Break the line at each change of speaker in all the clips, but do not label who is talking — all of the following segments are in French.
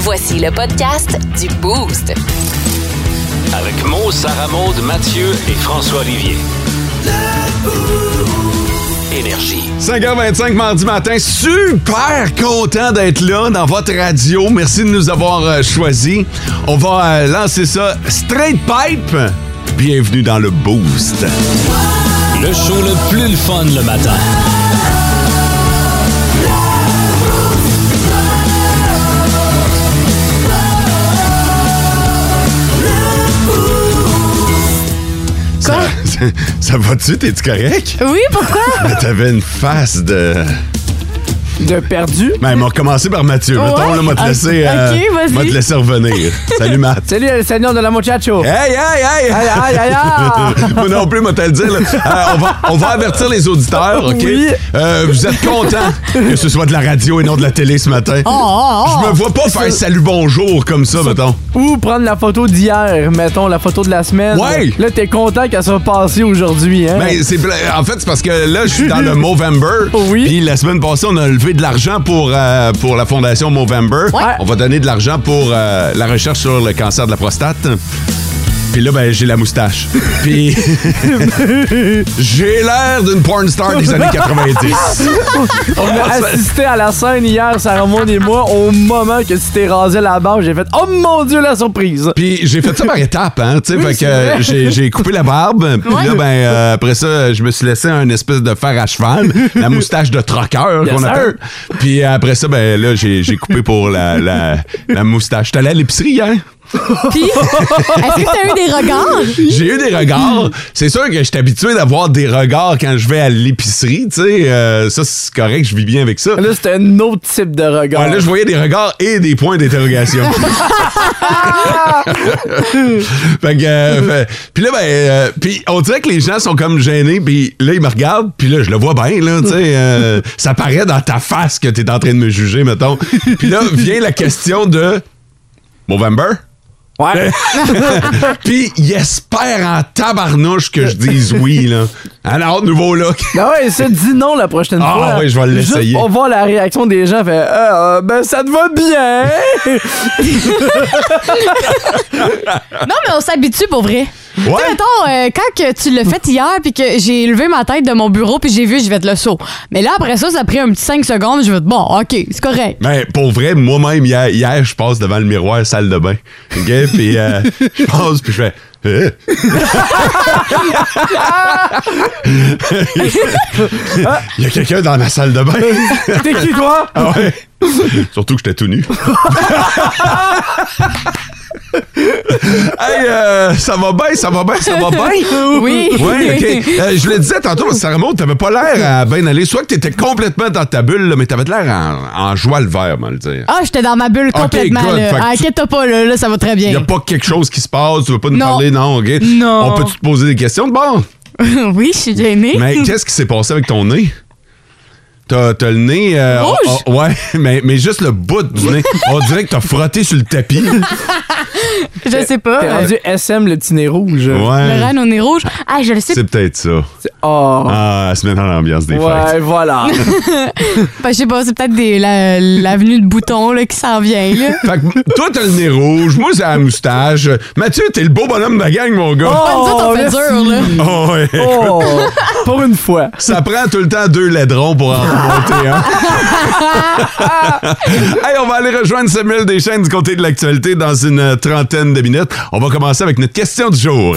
Voici le podcast du Boost.
Avec Mo, Sarah Maud, Mathieu et François Olivier. Énergie.
5h25 mardi matin, super content d'être là dans votre radio. Merci de nous avoir euh, choisis. On va euh, lancer ça straight pipe. Bienvenue dans le boost.
Le show le plus le fun le matin.
Ça, ça, ça va-tu? T'es-tu correct?
Oui, pourquoi?
Mais T'avais une face de...
De perdu.
Ben, on va recommencer par Mathieu. Mettons, là, on va te
Ouais?
laisser,
Ok,
euh,
vas-y.
m'a te laisser revenir. Salut, Matt.
Salut, el señor de la muchacho.
Hey, hey, hey!
Aïe, aïe, aïe, aïe.
Moi non plus, moi te le dire. là. Euh, on, va, on va avertir les auditeurs, OK?
Oui.
Euh, vous êtes contents que ce soit de la radio et non de la télé ce matin?
oh, oh.
Je me vois pas faire salut bonjour comme ça, mettons.
Ou prendre la photo d'hier, mettons, la photo de la semaine.
Ouais.
Là, t'es content qu'elle soit passée aujourd'hui, hein?
Ben, c'est pla- en fait, c'est parce que là, je suis dans le Movember.
Oui.
Puis la semaine passée, on a levé de l'argent pour, euh, pour la fondation Movember.
Ouais.
On va donner de l'argent pour euh, la recherche sur le cancer de la prostate. Puis là, ben, j'ai la moustache. Puis j'ai l'air d'une porn star des années 90.
On a assisté à la scène hier, Sarah Maud et moi, au moment que tu t'es rasé la barbe, j'ai fait « Oh mon Dieu, la surprise!
Puis j'ai fait ça par étapes, hein, tu sais, fait
c'est
que euh,
vrai.
j'ai, j'ai coupé la barbe, puis là, ben, euh, après ça, je me suis laissé un espèce de fer à cheval, la moustache de troqueur
Yes,
qu'on
sir.
appelle. Puis après ça, ben là, j'ai, j'ai coupé pour la, la, la moustache. J'étais allé à l'épicerie hier,
Puis, est-ce que t'as eu des regards?
j'ai eu des regards. C'est sûr que je suis habitué d'avoir des regards quand je vais à l'épicerie, tu sais, euh, ça, c'est correct, je vis bien avec ça. »
Là, c'était un autre type de regard.
Ouais, là, je voyais des regards et des points d'interrogation. fait que, euh, fait- puis là, ben, euh, puis on dirait que les gens sont comme gênés, puis là, ils me regardent, puis là, je le vois bien, là, tu sais, euh, ça paraît dans ta face que t'es en train de me juger, mettons. Puis là, vient la question de Movember.
Ouais.
Puis ils espèrent en tabarnouche que je dise oui, là. Alors, nouveau look.
Ah ouais, ça, dis non la prochaine
Ah
fois.
ouais, je vais
Juste
l'essayer.
Pour voir la réaction des gens, fait Ah, ben ça te va bien!
Non, mais on s'habitue pour vrai. Tu sais, mettons, euh, quand que tu l'as fait hier, puis que j'ai levé ma tête de mon bureau, puis j'ai vu, je vais te le saut. Mais là, après ça, ça a pris un petit 5 secondes, je vais te bon, OK, c'est correct.
Mais pour vrai, moi-même, hier, hier, je passe devant le miroir, salle de bain. OK? Puis euh, je passe, puis je fais. Euh.
Ah!
Il y a quelqu'un dans ma salle de bain.
T'es qui toi?
Ah ouais. Surtout que j'étais tout nu. hey, euh, ça va bien, ça va bien, ça va bien.
Oui.
Oui, OK. Euh, je le disais tantôt, Sarah Maud, t'avais pas l'air à bien aller. Soit que t'étais complètement dans ta bulle, là, mais t'avais de l'air en, en joie le vert, on va le dire.
Ah, j'étais dans ma bulle
OK,
complètement.
good.
là.
Fait que
Ah,
tu-
Inquiète-toi pas, là, là, ça va très
Il n'y a
bien.
pas quelque chose qui se passe, tu veux pas nous
Non.
parler, non, OK?
Non.
On peut-tu te poser des questions de bord?
oui, je suis gênée.
Mais qu'est-ce qui s'est passé avec ton nez? T'as t'as le nez. euh,
Rouge?
oh, oh, ouais, mais, mais juste le bout du nez. On dirait que t'as frotté sur le tapis. Ah.
Je sais pas.
T'es
euh,
rendu SM le petit nez rouge.
Le
Ouais.
rhin au nez rouge. Ah, je le sais.
C'est peut-être ça.
Oh.
Ah, se mettre dans l'ambiance des fêtes.
Ouais, voilà.
pas, Je sais pas, c'est peut-être des- la- l'avenue de boutons là, qui s'en vient. Là.
Fait que toi, t'as le nez rouge, moi, j'ai la moustache. Mathieu, t'es le beau bonhomme de la gang, mon gars.
nous autres, on fait
merci.
dur, là.
Oh, ouais.
Oh, pour une fois.
Ça prend tout le temps deux laidrons pour en remonter, hein? hey, on va aller rejoindre Samuel Deschênes du côté de l'actualité dans une trentaine de minutes. On va commencer avec notre question du jour.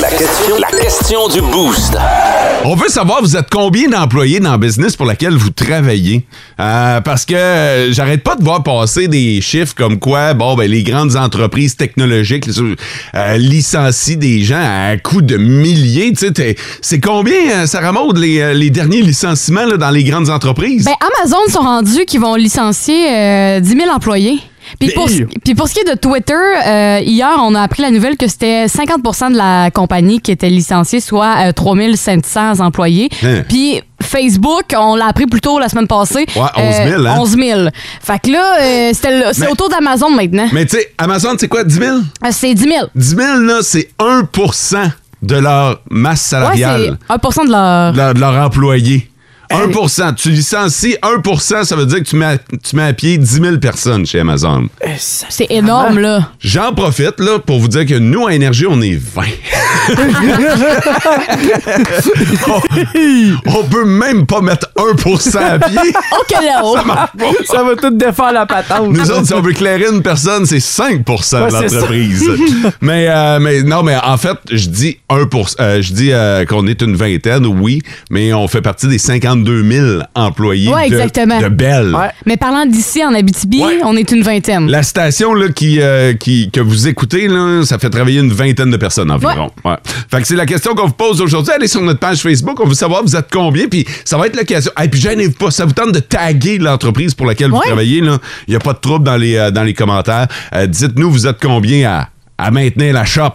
La question, la question du boost.
On veut savoir, vous êtes combien d'employés dans le business pour laquelle vous travaillez? Euh, parce que euh, j'arrête pas de voir passer des chiffres comme quoi, bon, ben, les grandes entreprises technologiques euh, licencient des gens à coût de milliers. Tu sais, t'es- c'est combien, euh, Sarah Maud, les, euh, les derniers licenciements là, dans les grandes entreprises?
Ben, Amazon sont rendus qu'ils vont licencier euh, 10 000 employés. Puis pour, ce-
Hey.
puis pour ce qui est de Twitter, euh, hier, on a appris la nouvelle que c'était 50 de la compagnie qui était licenciée, soit euh, 3 500 employés.
Hein.
Puis Facebook, on l'a appris plus tôt la semaine passée.
Ouais, 11 000, hein?
11 000. Fait que là, euh, c'était le- c'est
Mais-
autour d'Amazon maintenant.
Mais tu sais, Amazon, c'est quoi, 10 000?
Euh, c'est 10 000.
10 000, là, c'est 1 de leur masse
Ouais,
salariale,
c'est 1 de leur...
de, leur, de leur employé. 1 Tu licencies 1 ça veut dire que tu mets, à, tu mets à pied 10 000 personnes chez Amazon.
Eh,
C'est énorme, là.
J'en profite là, pour vous dire que nous, à Énergie, on est 20. on, on peut même pas mettre 1 à pied.
OK, là-haut.
Ça va tout défaire la patente.
Nous autres, si on veut éclairer une personne, c'est 5 de
Ouais, c'est ça.
l'entreprise. mais, euh, mais non, mais en fait, je dis 1 euh, je dis euh, qu'on est une vingtaine, oui, mais on fait partie des 52 000 employés
Ouais,
de,
exactement.
de Bell.
Ouais.
Mais parlant d'ici, en Abitibi,
Ouais.
on est une vingtaine.
La station là, qui, euh, qui- que vous écoutez, là, ça fait travailler une vingtaine de personnes environ. Ouais. Fait que c'est la question qu'on vous pose aujourd'hui. Allez sur notre page Facebook, on veut savoir vous êtes combien, puis ça va être l'occasion. Et puis gênez-vous pas, ça vous tente de taguer l'entreprise pour laquelle vous
Ouais.
travaillez. là. Il n'y a pas de trouble dans les, euh, dans les commentaires. Euh, Dites-nous, vous êtes combien à, à maintenir la shop?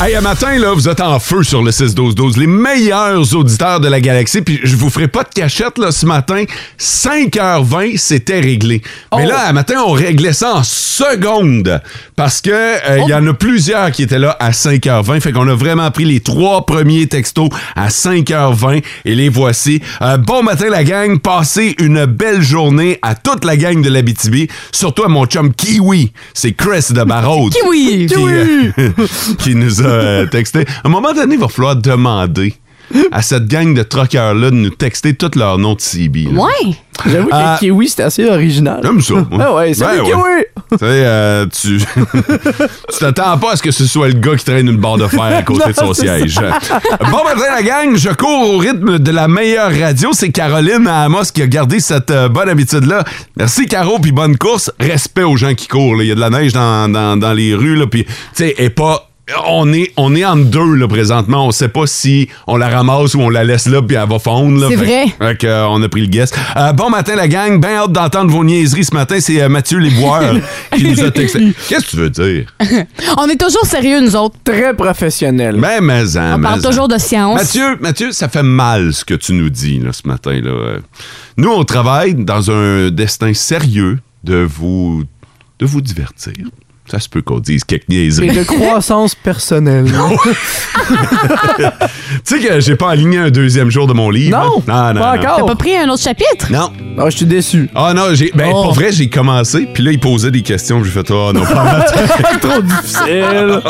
Hey, à matin, là, vous êtes en feu sur le 6-12-12. Les meilleurs auditeurs de la galaxie. Puis je vous ferai pas de cachette, là, ce matin. 5h20, c'était réglé. Mais
Oh.
là, à matin, on réglait ça en secondes. Parce que euh, il
Oh.
y en a plusieurs qui étaient là à 5h20. Fait qu'on a vraiment pris les trois premiers textos à 5h20. Et les voici. Euh, bon matin, la gang. Passez une belle journée à toute la gang de l'Abitibi. Surtout à mon chum Kiwi. C'est Chris de Barode.
Kiwi!
Qui, euh, qui nous a euh, texté. À un moment donné, il va falloir demander à cette gang de truckers-là de nous texter tous leurs noms de CB. là.
Ouais!
J'avoue
Euh,
que Kiwi, c'était assez original.
J'aime ça. moi.
Ah ouais, salut
Ben
Kiwi!
Tu sais, euh, tu tu t'attends pas à ce que ce soit le gars qui traîne une barre de fer à côté de son
Non, c'est
siège. bon matin, la gang. Je cours au rythme de la meilleure radio. C'est Caroline à Amos qui a gardé cette euh, bonne habitude-là. Merci, Caro, puis bonne course. Respect aux gens qui courent. là. Il y a de la neige dans, dans- dans les rues. là, Puis, tu sais, et pas. On est, on est en deux là, présentement. On sait pas si on la ramasse ou on la laisse là puis elle va fondre. là.
C'est
Fait-
vrai.
fait que, euh, on a pris le guess. Euh, bon matin, la gang. Ben hâte d'entendre vos niaiseries ce matin. C'est euh, Mathieu Lesboire qui nous a texté. Qu'est-ce que tu veux dire?
On est toujours sérieux, nous autres.
Très professionnel.
Ben, mais en,
On
mais
parle
en.
toujours de science.
Mathieu, Mathieu, ça fait mal ce que tu nous dis là, ce matin. Là. Euh, Nous, on travaille dans un destin sérieux de vous, de vous divertir. Ça se peut qu'on dise quelques niaiseries.
Et de croissance personnelle.
tu sais que j'ai pas aligné un deuxième jour de mon livre.
Non,
hein?
pas
T'as
encore.
pas pris un autre chapitre?
Non,
Non, je suis déçu.
Ah non, j'ai ben
Oh.
pour vrai, j'ai commencé, puis là il posait des questions, j'ai fait oh non pas
Trop difficile.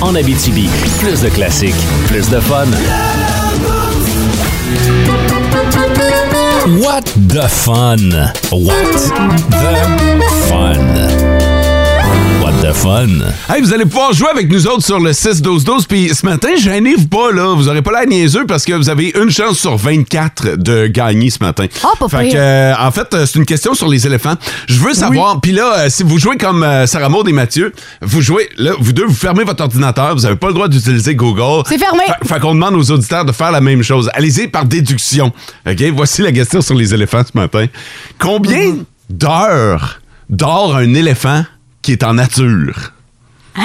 En Abitibi, plus de classiques, plus de fun. What the fun? What the fun? What the fun?
Hey, vous allez pouvoir jouer avec nous autres sur le 6-12-12. Puis ce matin, gênez-vous pas, là. Vous aurez pas l'air niaiseux parce que vous avez une chance sur 24 de gagner ce matin.
Ah, pas
Fait
pire.
que, euh, en fait, euh, c'est une question sur les éléphants. Je veux savoir, puis là, euh, si vous jouez comme euh, Sarah Maud et Mathieu, vous jouez, là, vous deux, vous fermez votre ordinateur, vous avez pas le droit d'utiliser Google.
C'est fermé.
Fait, fait qu'on demande aux auditeurs de faire la même chose. Allez-y par déduction. OK? Voici la question sur les éléphants ce matin. Combien
Mm-hmm.
d'heures dort un éléphant qui est en nature?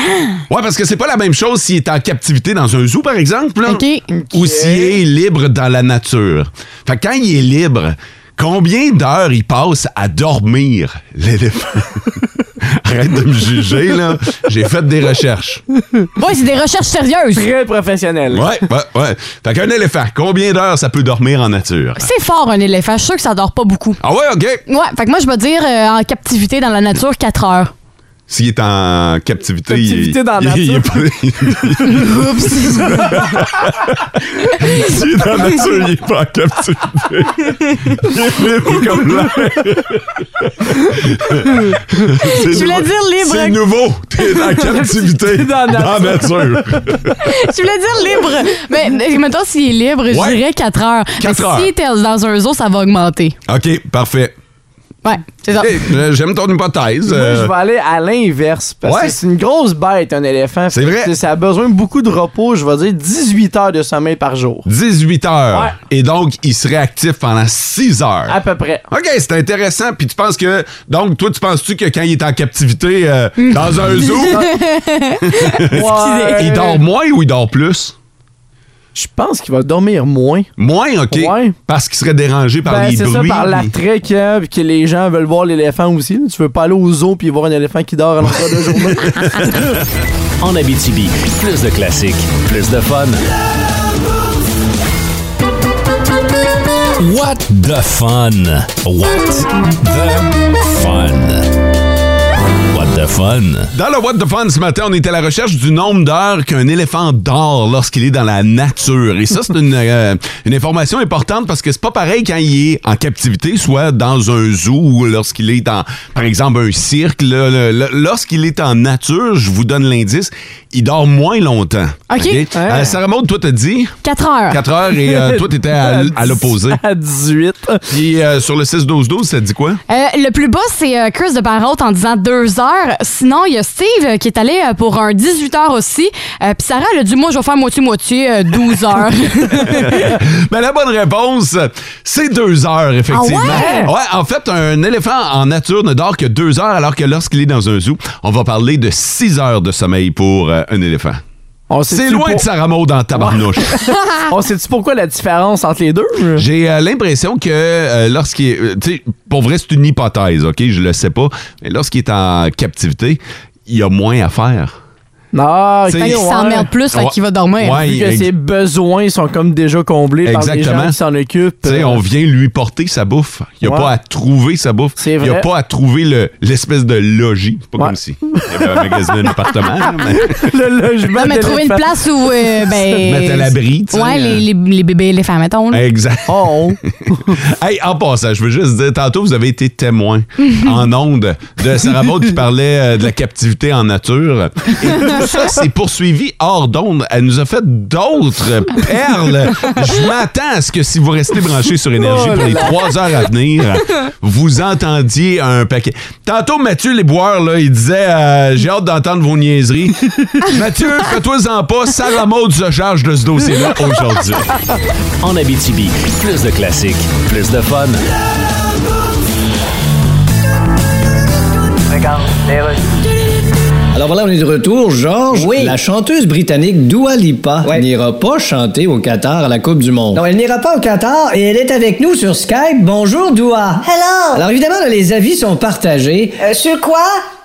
Ouais, parce que c'est pas la même chose s'il est en captivité dans un zoo, par exemple, là,
OK.
ou s'il est libre dans la nature. Fait que quand il est libre, combien d'heures il passe à dormir, l'éléphant? Arrête de me juger, là. J'ai fait des recherches.
Ouais, c'est des recherches sérieuses.
Très professionnel.
Ouais, ouais, ouais. Fait qu'un éléphant, combien d'heures ça peut dormir en nature?
C'est fort, un éléphant. Je suis sûr que ça dort pas beaucoup.
Ah ouais, OK.
Ouais, fait que moi, je vais dire euh, en captivité dans la nature 4 heures.
S'il est en captivité, il,
Captivité dans la
il- il-
nature.
il est pas... S'il est dans la nature, il est pas en captivité. Il est libre comme l'air.
Je voulais dire
C'est
libre.
nouveau. T'es en captivité dans
Dans
la
la
nature.
Tu voulais dire libre. Mais mais euh, mettons, s'il est libre,
Ouais.
je dirais 4 heures.
Quatre
Mais
heures.
S'il était dans un zoo, ça va augmenter.
OK, parfait.
Ouais, c'est ça.
Hey, euh, J'aime ton hypothèse.
Moi,
euh,
je vais aller à l'inverse parce
Ouais.
que c'est une grosse bête, un éléphant.
C'est vrai.
Ça- Ça a besoin de beaucoup de repos, je vais dire 18 heures de sommeil par jour.
18 heures.
Ouais.
Et donc, il serait actif pendant 6 heures.
À peu près.
OK, c'est intéressant. Puis tu penses que. Donc, toi, tu penses-tu que quand il est en captivité euh, dans un zoo,
Ouais.
il dort moins ou il dort plus?
Je pense qu'il va dormir moins.
Moins, OK.
Ouais.
Parce qu'il serait dérangé par
Ben,
les
c'est
bruits.
ça, par
les-
l'attrait qu'il y a, puis que les gens veulent voir l'éléphant aussi. là. Tu veux pas aller aux zoo puis voir un éléphant qui dort à l'endroit de la journée.
En Abitibi, plus de classiques, plus de fun. What the fun? What the fun? What the fun?
Dans le What the Fun ce matin, on est à la recherche du nombre d'heures qu'un éléphant dort lorsqu'il est dans la nature. Et ça, c'est une, euh, une information importante parce que c'est pas pareil quand il est en captivité, soit dans un zoo ou lorsqu'il est en, par exemple, un cirque. là, le- le- lorsqu'il est en nature, je vous donne l'indice, il dort moins longtemps.
OK.
Euh,
Ouais. Ah.
Sarah Maud, toi, t'as dit
4 heures.
4 heures et euh, toi, t'étais à, l- à l'opposé.
À 18.
Puis euh, sur le 6-12-12, ça te dit quoi?
Euh, le plus bas, c'est euh, Chris de Barrault en disant deux heures. Sinon, il y a Steve euh, qui est allé euh, pour un 18 heures aussi. Euh, Puis Sarah, elle a dit, moi, je vais faire moitié-moitié, euh, 12 heures.
Ben, la bonne réponse, c'est deux heures, effectivement.
Ah
ouais? en fait, un éléphant en nature ne dort que deux heures, alors que lorsqu'il est dans un zoo, on va parler de six heures de sommeil pour euh, un éléphant.
On
C'est
sait-tu
loin
pour-
de Sarah Maud en tabarnouche.
On sait-tu pourquoi la différence entre les deux?
J'ai euh, l'impression que euh, lorsqu'il est... euh, tu sais, pour vrai, c'est une hypothèse, OK? Je le sais pas. Mais lorsqu'il est en captivité, il y a moins à faire.
Non,
C'est-
fait qu'il
Ouais.
Ah, s'emmerde plus, fait
Ouais.
qu'il va dormir.
Ouais,
Vu que
ex-
ses besoins sont comme déjà comblés par les
Exactement.
gens qui s'en occupent.
Tu
euh,
sais, on vient lui porter sa bouffe. Il n'y a
Ouais.
pas à trouver sa bouffe.
C'est
Il n'y a
vrai.
pas à trouver le- l'espèce de logis. C'est Pas
Ouais.
comme si il y avait un magasin un appartement. là, mais-
Le logement
Non, mais trouver une
d'éléphant.
place où. euh, ben,
Mettre à l'abri, tu sais. euh.
Ouais, les, les, les bébés éléphants, mettons. là.
Exact.
Oh, oh.
Hey, en passant, je veux juste dire, tantôt, vous avez été témoin en onde de Sarah Maud qui parlait euh, de la captivité en nature. Et tout ça s'est poursuivi hors d'onde. Elle nous a fait d'autres perles. Je m'attends à ce que si vous restez branchés sur Énergie pour les trois heures à venir, vous entendiez un paquet. Tantôt, Mathieu Lesboire, là, il disait euh, J'ai hâte d'entendre vos niaiseries. Mathieu, fais-toi-en pas. Sarah Maud se charge de ce dossier-là aujourd'hui.
En Abitibi, plus de classiques, plus de fun.
Alors voilà, on est de retour. Georges, la chanteuse britannique Dua Lipa n'ira pas chanter au Qatar à la Coupe du Monde.
Non, elle n'ira pas au Qatar et elle est avec nous sur Skype. Bonjour, Doua.
Hello!
Alors évidemment, là, les avis sont partagés.
Euh, sur quoi?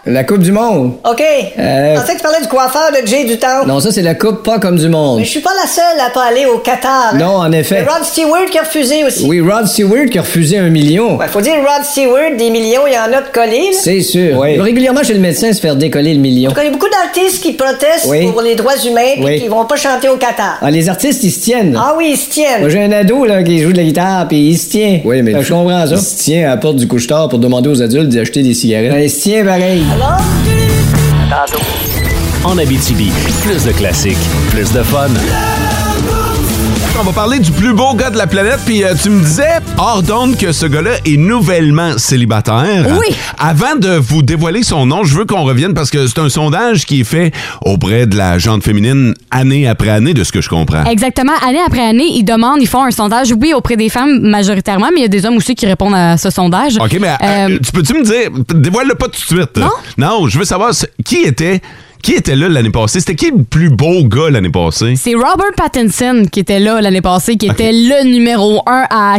La Coupe du Monde.
OK.
Euh.
Je pensais que tu parlais du coiffeur de Jay Dutemps.
Non, ça c'est la Coupe pas comme du monde.
Mais je suis pas la seule à pas aller au Qatar. hein.
Non, en effet.
C'est Rod Stewart qui a refusé aussi.
Oui, Rod Stewart qui a refusé un million.
Ouais, faut dire Rod Stewart, des millions, il y en a de collés. là.
C'est sûr. Régulièrement chez le médecin se faire décoller le million.
Je connais beaucoup d'artistes qui protestent
Oui.
pour les droits humains et
Oui.
qui vont pas chanter au Qatar.
Ah, les artistes, ils se tiennent. là.
Ah oui, ils se tiennent.
Moi, j'ai un ado là, qui joue de la guitare, puis il se tient. Oui, mais. je comprends ça. Il se tient à la porte du couche-tard pour demander aux adultes d'acheter des cigarettes.
Ben,
il se tient pareil.
En Abitibi, plus de classiques, plus de fun.
On va parler du plus beau gars de la planète, puis euh, tu me disais, hors d'onde, que ce gars-là est nouvellement célibataire.
Oui.
Avant de vous dévoiler son nom, je veux qu'on revienne parce que c'est un sondage qui est fait auprès de la gente féminine année après année, de ce que je comprends.
Exactement. Année après année, ils demandent, ils font un sondage, oui, auprès des femmes majoritairement, mais il y a des hommes aussi qui répondent à ce sondage.
OK, mais euh,
Euh,
tu peux-tu me dire, dévoile-le pas tout de suite. là. Non, je veux savoir ce- qui était. Qui était là l'année passée? C'était qui le plus beau gars l'année passée?
c'est Robert Pattinson qui était là l'année passée, qui était le numéro 1 à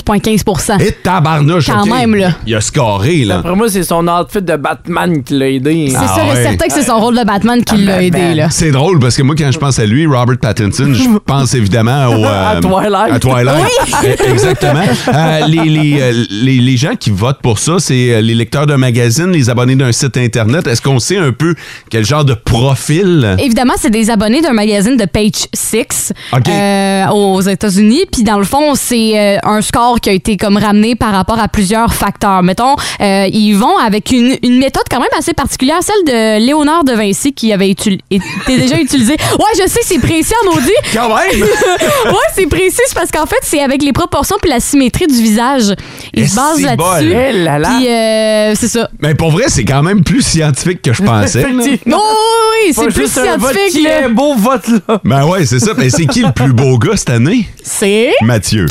92,15
Et tabarnouche!
Quand
OK.
même, là.
Il a scoré, là.
Après moi, c'est son outfit de Batman qui l'a aidé.
C'est
Ah
sûr
ouais. Ah,
et certain que c'est son rôle de Batman qui l'a aidé, là.
C'est drôle parce que moi, quand je pense à lui, Robert Pattinson, je pense évidemment au, euh,
À Twilight.
à Twilight. Eh, Exactement. Euh, les, les, euh, les- les gens qui votent pour ça, c'est euh, les lecteurs d'un magazine, les abonnés d'un site Internet. Est-ce qu'on sait un peu quel genre de profil?
Évidemment, c'est des abonnés d'un magazine de Page Six
OK.
euh, aux États-Unis. Puis dans le fond, c'est euh, un score qui a été comme ramené par rapport à plusieurs facteurs. Mettons, euh, ils vont avec une, une méthode quand même assez particulière, celle de Léonard de Vinci qui avait utu- été déjà utilisée. Ouais, je sais, c'est précis en maudit.
Quand même!
ouais, c'est précis c'est parce qu'en fait, c'est avec les proportions puis la symétrie du visage. Ils
Eh,
se basent
c'est
là-dessus.
bol.
Eh là là.
Puis euh, c'est ça.
Mais Ben, pour vrai, c'est quand même plus scientifique que je pensais. là.
Non, oui, oui,
Pas
c'est plus
juste un vote
scientifique.
qui
là.
est beau vote là.
Ben ouais, c'est ça. Mais c'est qui le plus beau gars cette année?
C'est
Mathieu.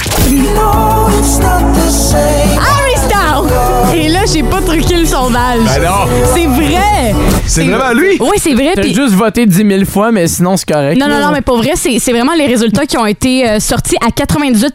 Harry Styles. Et là, j'ai pas truqué le sondage.
Ben non.
C'est vrai.
C'est vraiment lui?
Oui, c'est vrai.
T'as
puis-
juste voté 10 000 fois, mais sinon, c'est correct.
Non, non,
là.
non, mais pour vrai, c'est c'est vraiment les résultats qui ont été euh, sortis à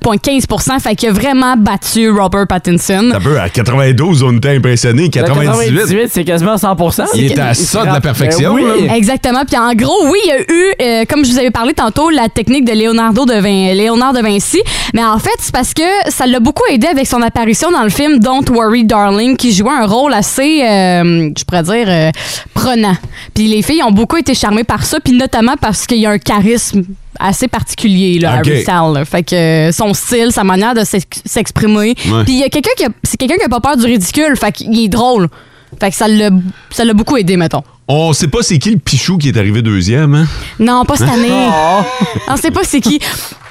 98,15 fait qu'il a vraiment battu Robert Pattinson.
Ça peut, à 92, on était impressionnés.
Le
98.
98, c'est quasiment 100
Il est à ça de la perfection,
Ben oui.
là.
Exactement. Puis en gros, oui, il y a eu, euh, comme je vous avais parlé tantôt, la technique de Leonardo de, Vin- Léonard de Vinci. Mais en fait, c'est parce que ça l'a beaucoup aidé avec son apparition dans le film Don't Worry Darling, qui jouait un rôle assez, euh, je pourrais dire, euh, prenant. Puis les filles ont beaucoup été charmées par ça, puis notamment parce qu'il y a un charisme assez particulier, là,
Ok.
Harry Styles, là. Fait que euh, son style, sa manière de s'ex- s'exprimer.
Ouais.
Puis il y a quelqu'un qui a, c'est quelqu'un qui a pas peur du ridicule, fait qu'il est drôle. Fait que ça l'a, ça l'a beaucoup aidé, mettons.
On sait pas c'est qui le pichou qui est arrivé deuxième, hein? Ah!
Non, pas cette année. On sait pas c'est qui.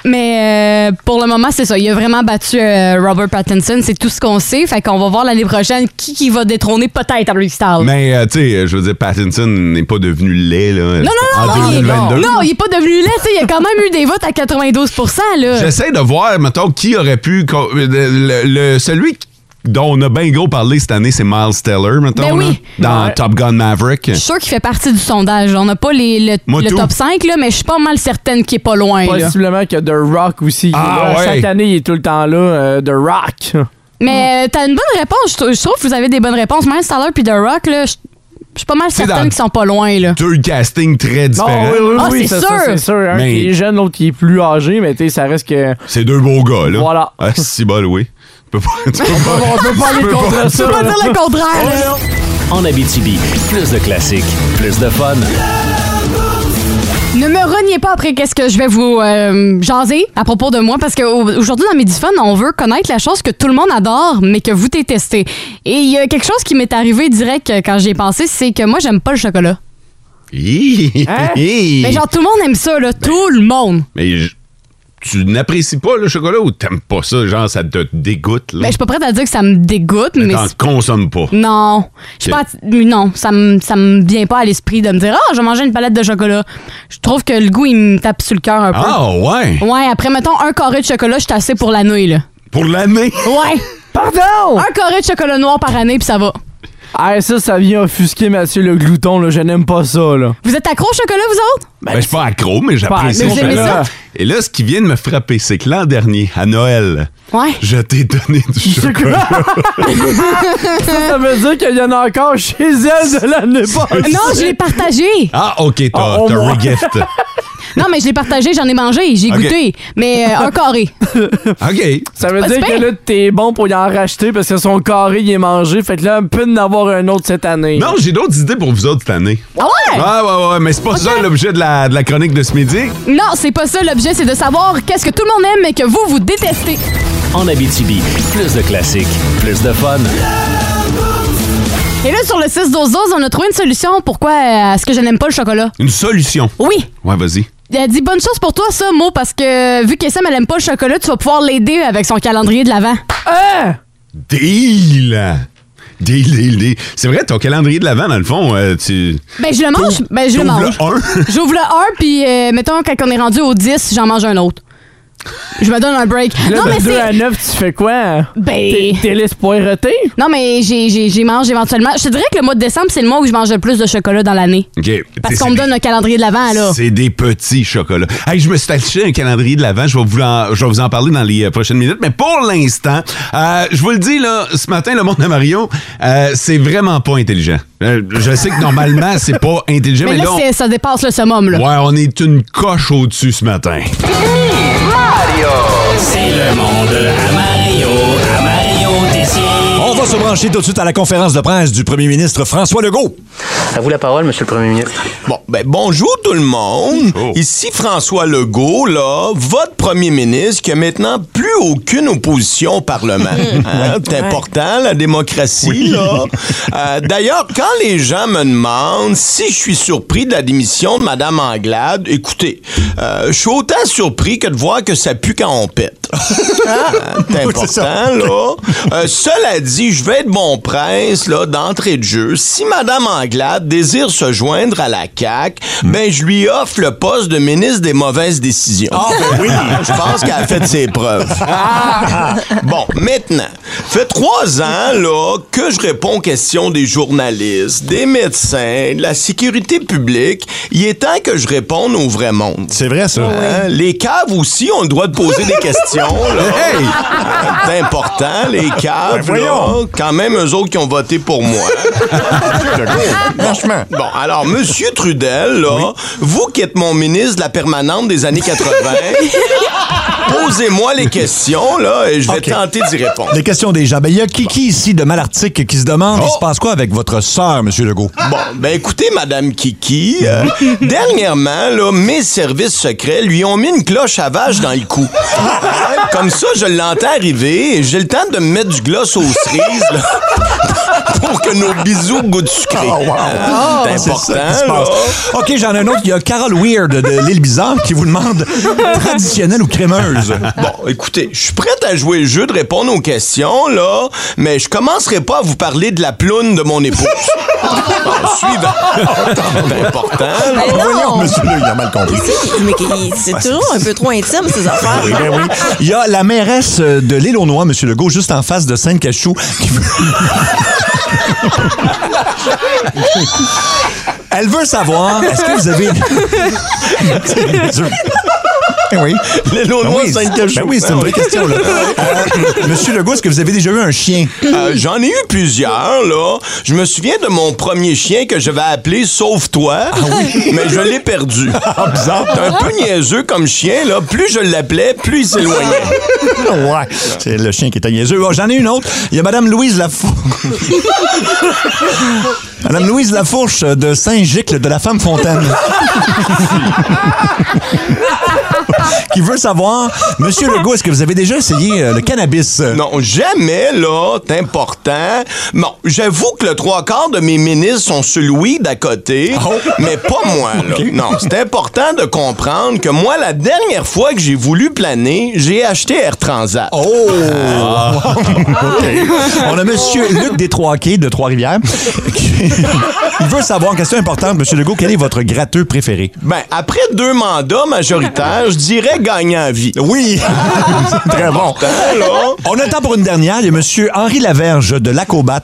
Mais euh, pour le moment, c'est ça. Il a vraiment battu euh, Robert Pattinson. C'est tout ce qu'on sait. Fait qu'on va voir l'année prochaine qui, qui va détrôner peut-être Harry Styles.
Mais, euh, tu sais, je veux dire, Pattinson n'est pas devenu laid, là.
non, non, non,
en
non, il est,
2022.
non, il est pas devenu laid. tu sais, Il a quand même eu des votes à 92 là.
J'essaie de voir, mettons, qui aurait pu. co- euh, Le, le- celui dont on a bien gros parlé cette année, c'est Miles Teller, mettons.
Ben oui.
là, dans
Ouais.
Top Gun Maverick.
Je suis sûr qu'il fait partie du sondage. On n'a pas les, le,
Moi,
le
tout.
top 5, là, mais je suis pas mal certaine qu'il est pas loin. là.
Possiblement que The Rock aussi. qui est
Ah,
là.
ouais.
Chaque année, il est tout le temps là. euh, The Rock.
Mais euh, t'as une bonne réponse. Je trou- Je trouve que vous avez des bonnes réponses. Miles Styler puis The Rock, là, je je suis pas mal
C'est
certaine
dans-
qu'ils sont pas loin. Là.
Deux castings très différents.
Non, oui, oui,
Ah,
oui,
c'est
ça, ça,
sûr.
c'est sûr. Un
Mais-
qui est jeune, l'autre qui est plus âgé, mais tu sais, ça reste que.
C'est deux beaux gars, là.
Voilà.
Ah, si bol, oui. Tu peux pas. tu peux pas-
On peut pas
tu
aller
peux
contre
pas-
ça. Oh,
Je peux pas dire le contraire. là.
En Abitibi, plus de classiques, plus de fun.
Ne me reniez pas après qu'est-ce que je vais vous euh, jaser à propos de moi parce qu'aujourd'hui dans Medifun, on veut connaître la chose que tout le monde adore mais que vous détestez. Et il y a quelque chose qui m'est arrivé direct euh, quand j'y ai pensé, c'est que moi j'aime pas le chocolat.
Hi,
Hein?
hi.
Mais Ben, genre tout le monde aime ça là, tout le monde.
Mais je- tu n'apprécies pas le chocolat ou t'aimes pas ça? Genre, ça te dégoûte, là.
Mais Ben, je suis pas prête à dire que ça me dégoûte mais,
T'en
c'est-
consommes pas.
non, je suis
Ok.
pas atti- non, ça me ça me vient pas à l'esprit de me dire "Ah, je vais manger une palette de chocolat." Je trouve que le goût il me tape sur le cœur un peu.
Ah, ouais.
Ouais, après mettons un carré de chocolat, je suis assez pour la nouille là.
Pour l'année.
Ouais.
Pardon!
Un carré de chocolat noir par année, puis ça va.
Ah, ça, ça vient offusquer Mathieu le glouton, là. Je n'aime pas ça, là.
Vous êtes accro au chocolat, vous autres?
Ben, je suis pas accro, mais j'apprécie
mais
le
vous aimez
chocolat.
ça?
Et là, ce qui vient de me frapper, c'est que l'an dernier, à Noël,
Ouais.
je t'ai donné du chocolat.
ça, ça veut dire qu'il y en a encore chez elle de l'année passée.
Non, je l'ai partagé.
Ah, OK, t'as
Ah,
Oh,
au
t'as
moins.
regift.
Non, mais je l'ai partagé, j'en ai mangé, j'ai
Ok.
goûté. Mais euh, un carré.
OK.
Ça veut
Pas
dire
si
que
pire.
là, t'es bon pour y en racheter parce que son carré, il est mangé. Fait que là, un peu d'en avoir un autre cette année.
Non, Oh, j'ai d'autres idées pour vous autres cette année.
Ah ouais?
Ah, ouais, ouais, mais c'est pas ça l'objet de la, de la chronique de ce midi.
Non, c'est pas ça l'objet, c'est de savoir qu'est-ce que tout le monde aime mais que vous, vous détestez.
En Abitibi, plus de classiques, plus de fun.
Et là, sur le 6 12 on a trouvé une solution pourquoi euh, est-ce que je n'aime pas le chocolat.
Une solution.
Oui,
Ouais, vas-y.
elle dit bonne chose pour toi, ça, Mo, parce que vu qu'Essam, elle aime pas le chocolat, tu vas pouvoir l'aider avec son calendrier de l'Avent.
Hein?
Deal! Deal, deal, deal. C'est vrai, ton calendrier de l'avant, dans le fond, euh, tu.
Ben, je le mange. Ben, je le
t'ouvres
mange.
le un.
J'ouvre le 1, puis euh, mettons, quand on est rendu au 10, j'en mange un autre. Je me donne un break.
Là,
non, mais
de 2 à
c'est.
9, tu fais quoi? T'es
Ben.
t'es laisse poireter?
Non, mais j'ai- j'ai j'ai mange éventuellement. Je te dirais que le mois de décembre, c'est le mois où je mange le plus de chocolat dans l'année.
OK.
Parce
C'est
qu'on me
des-
donne un calendrier de l'avant, là.
C'est des petits chocolats. Hey, je me suis acheté un calendrier de l'avant. Je vais vous en, je vais vous en parler dans les euh, prochaines minutes. Mais pour l'instant, euh, je vous le dis là, ce matin, le monde de Mario, euh, c'est vraiment pas intelligent. Euh, je sais que normalement, c'est pas intelligent,
Mais,
mais,
là,
là, on-
c'est- ça dépasse le summum, là.
ouais, on est une coche au-dessus ce matin.
C'est le monde à Mario, à Mario
On va se brancher tout de suite à la conférence de presse du premier ministre François Legault.
À vous la parole, Monsieur le Premier ministre.
Bon, ben bonjour tout le monde. Ici François Legault, là, votre premier ministre qui a maintenant plus aucune opposition au Parlement. Hein, C'est important, la démocratie, là. Euh, D'ailleurs, quand les gens me demandent si je suis surpris de la démission de Mme Anglade, écoutez, euh, je suis autant surpris que de voir que ça pue quand on pète. lettres. C'est important, là. Euh, cela dit, je vais être bon prince, là, d'entrée de jeu. Si Madame Anglade désire se joindre à la CAQ,
Hmm.
ben, je lui offre le poste de ministre des mauvaises décisions.
Ah, ben oui.
Je pense qu'elle a fait ses preuves.
Ah.
Ah, Bon, maintenant, fait trois ans, là, que je réponds aux questions des journalistes, des médecins, de la sécurité publique. Il est temps que je réponde au vrai monde. Hein?
C'est vrai, ça.
Les caves aussi ont le droit de poser des questions, là. Hein, C'est important, les
Ben,
caves,
voyons.
là. Quand même, eux autres qui ont voté pour moi.
Ah,
Franchement. Bon, alors, Monsieur Trudel, là, vous qui êtes mon ministre de la permanente des années 80, posez-moi les questions, là, et je vais tenter d'y répondre.
Les questions des gens. Ben, il y a Kiki ici de Malartic qui se demande il se passe quoi avec votre sœur, M. Legault?
Bon, ben écoutez, Madame Kiki, euh, dernièrement, là, mes services secrets lui ont mis une cloche à vache dans le cou. Ouais, Comme ça, je l'entends arriver et j'ai le temps de me mettre du gloss aux cerises là, pour que nos bisous goûtent sucré. Hein,
Ah,
C'est important.
ça qui se
là.
passe. OK, j'en ai un autre. Il y a Carole Weird de l'île Bizarre qui vous demande traditionnelle ou crémeuse?
Bon, écoutez, je suis prête à jouer le jeu de répondre aux questions, là, mais je commencerai pas à vous parler de la ploune de mon épouse. Bon, suivant. C'est important.
Ah,
là.
Ben non. Voyons, monsieur,
là, il a mal compris.
Mais qui- c'est toujours un peu trop intime, ces affaires.
Oui, ben oui. Il y a la mairesse de l'île aux Noix, M. Legault, juste en face de Sainte-Cachou, qui veut... Elle veut savoir, est-ce que vous avez... C'est niaiseux. Ben oui.
L'île aux
Ben
Noix,
oui,
Sainte-Cachou.
ben oui, c'est une vraie question, là. Euh, Monsieur Legault, est-ce que vous avez déjà eu un chien?
Euh, J'en ai eu plusieurs, là. Je me souviens de mon premier chien que je vais appeler Sauve-toi, mais je l'ai perdu.
Ah bizarre.
T'es un peu niaiseux comme chien, là. Plus je l'appelais, plus il s'éloignait.
Ah, ouais, c'est le chien qui était niaiseux. Oh, J'en ai une autre. Il y a Mme Louise Lafourche. Madame Louise Lafourche de Saint-Gicle de la Femme Fontaine. qui veut savoir, Monsieur Legault, est-ce que vous avez déjà essayé euh, le cannabis?
Non, jamais, là. C'est important. Bon, j'avoue que le trois quarts de mes ministres sont sur Louis d'à côté,
Ah
mais pas moi, là. Non, c'est important de comprendre que moi, la dernière fois que j'ai voulu planer, j'ai acheté Air Transat. Ah,
Oh! On a Monsieur Luc des Trois-Quais de Trois-Rivières. qui- Il veut savoir, question importante, Monsieur Legault, quel est votre gratteux préféré?
Ben, après deux mandats majoritaires, je dirais gagnant à vie.
Oui! C'est très bon. On a le temps pour une dernière. Il y a M. Henri Laverge de Lacobat.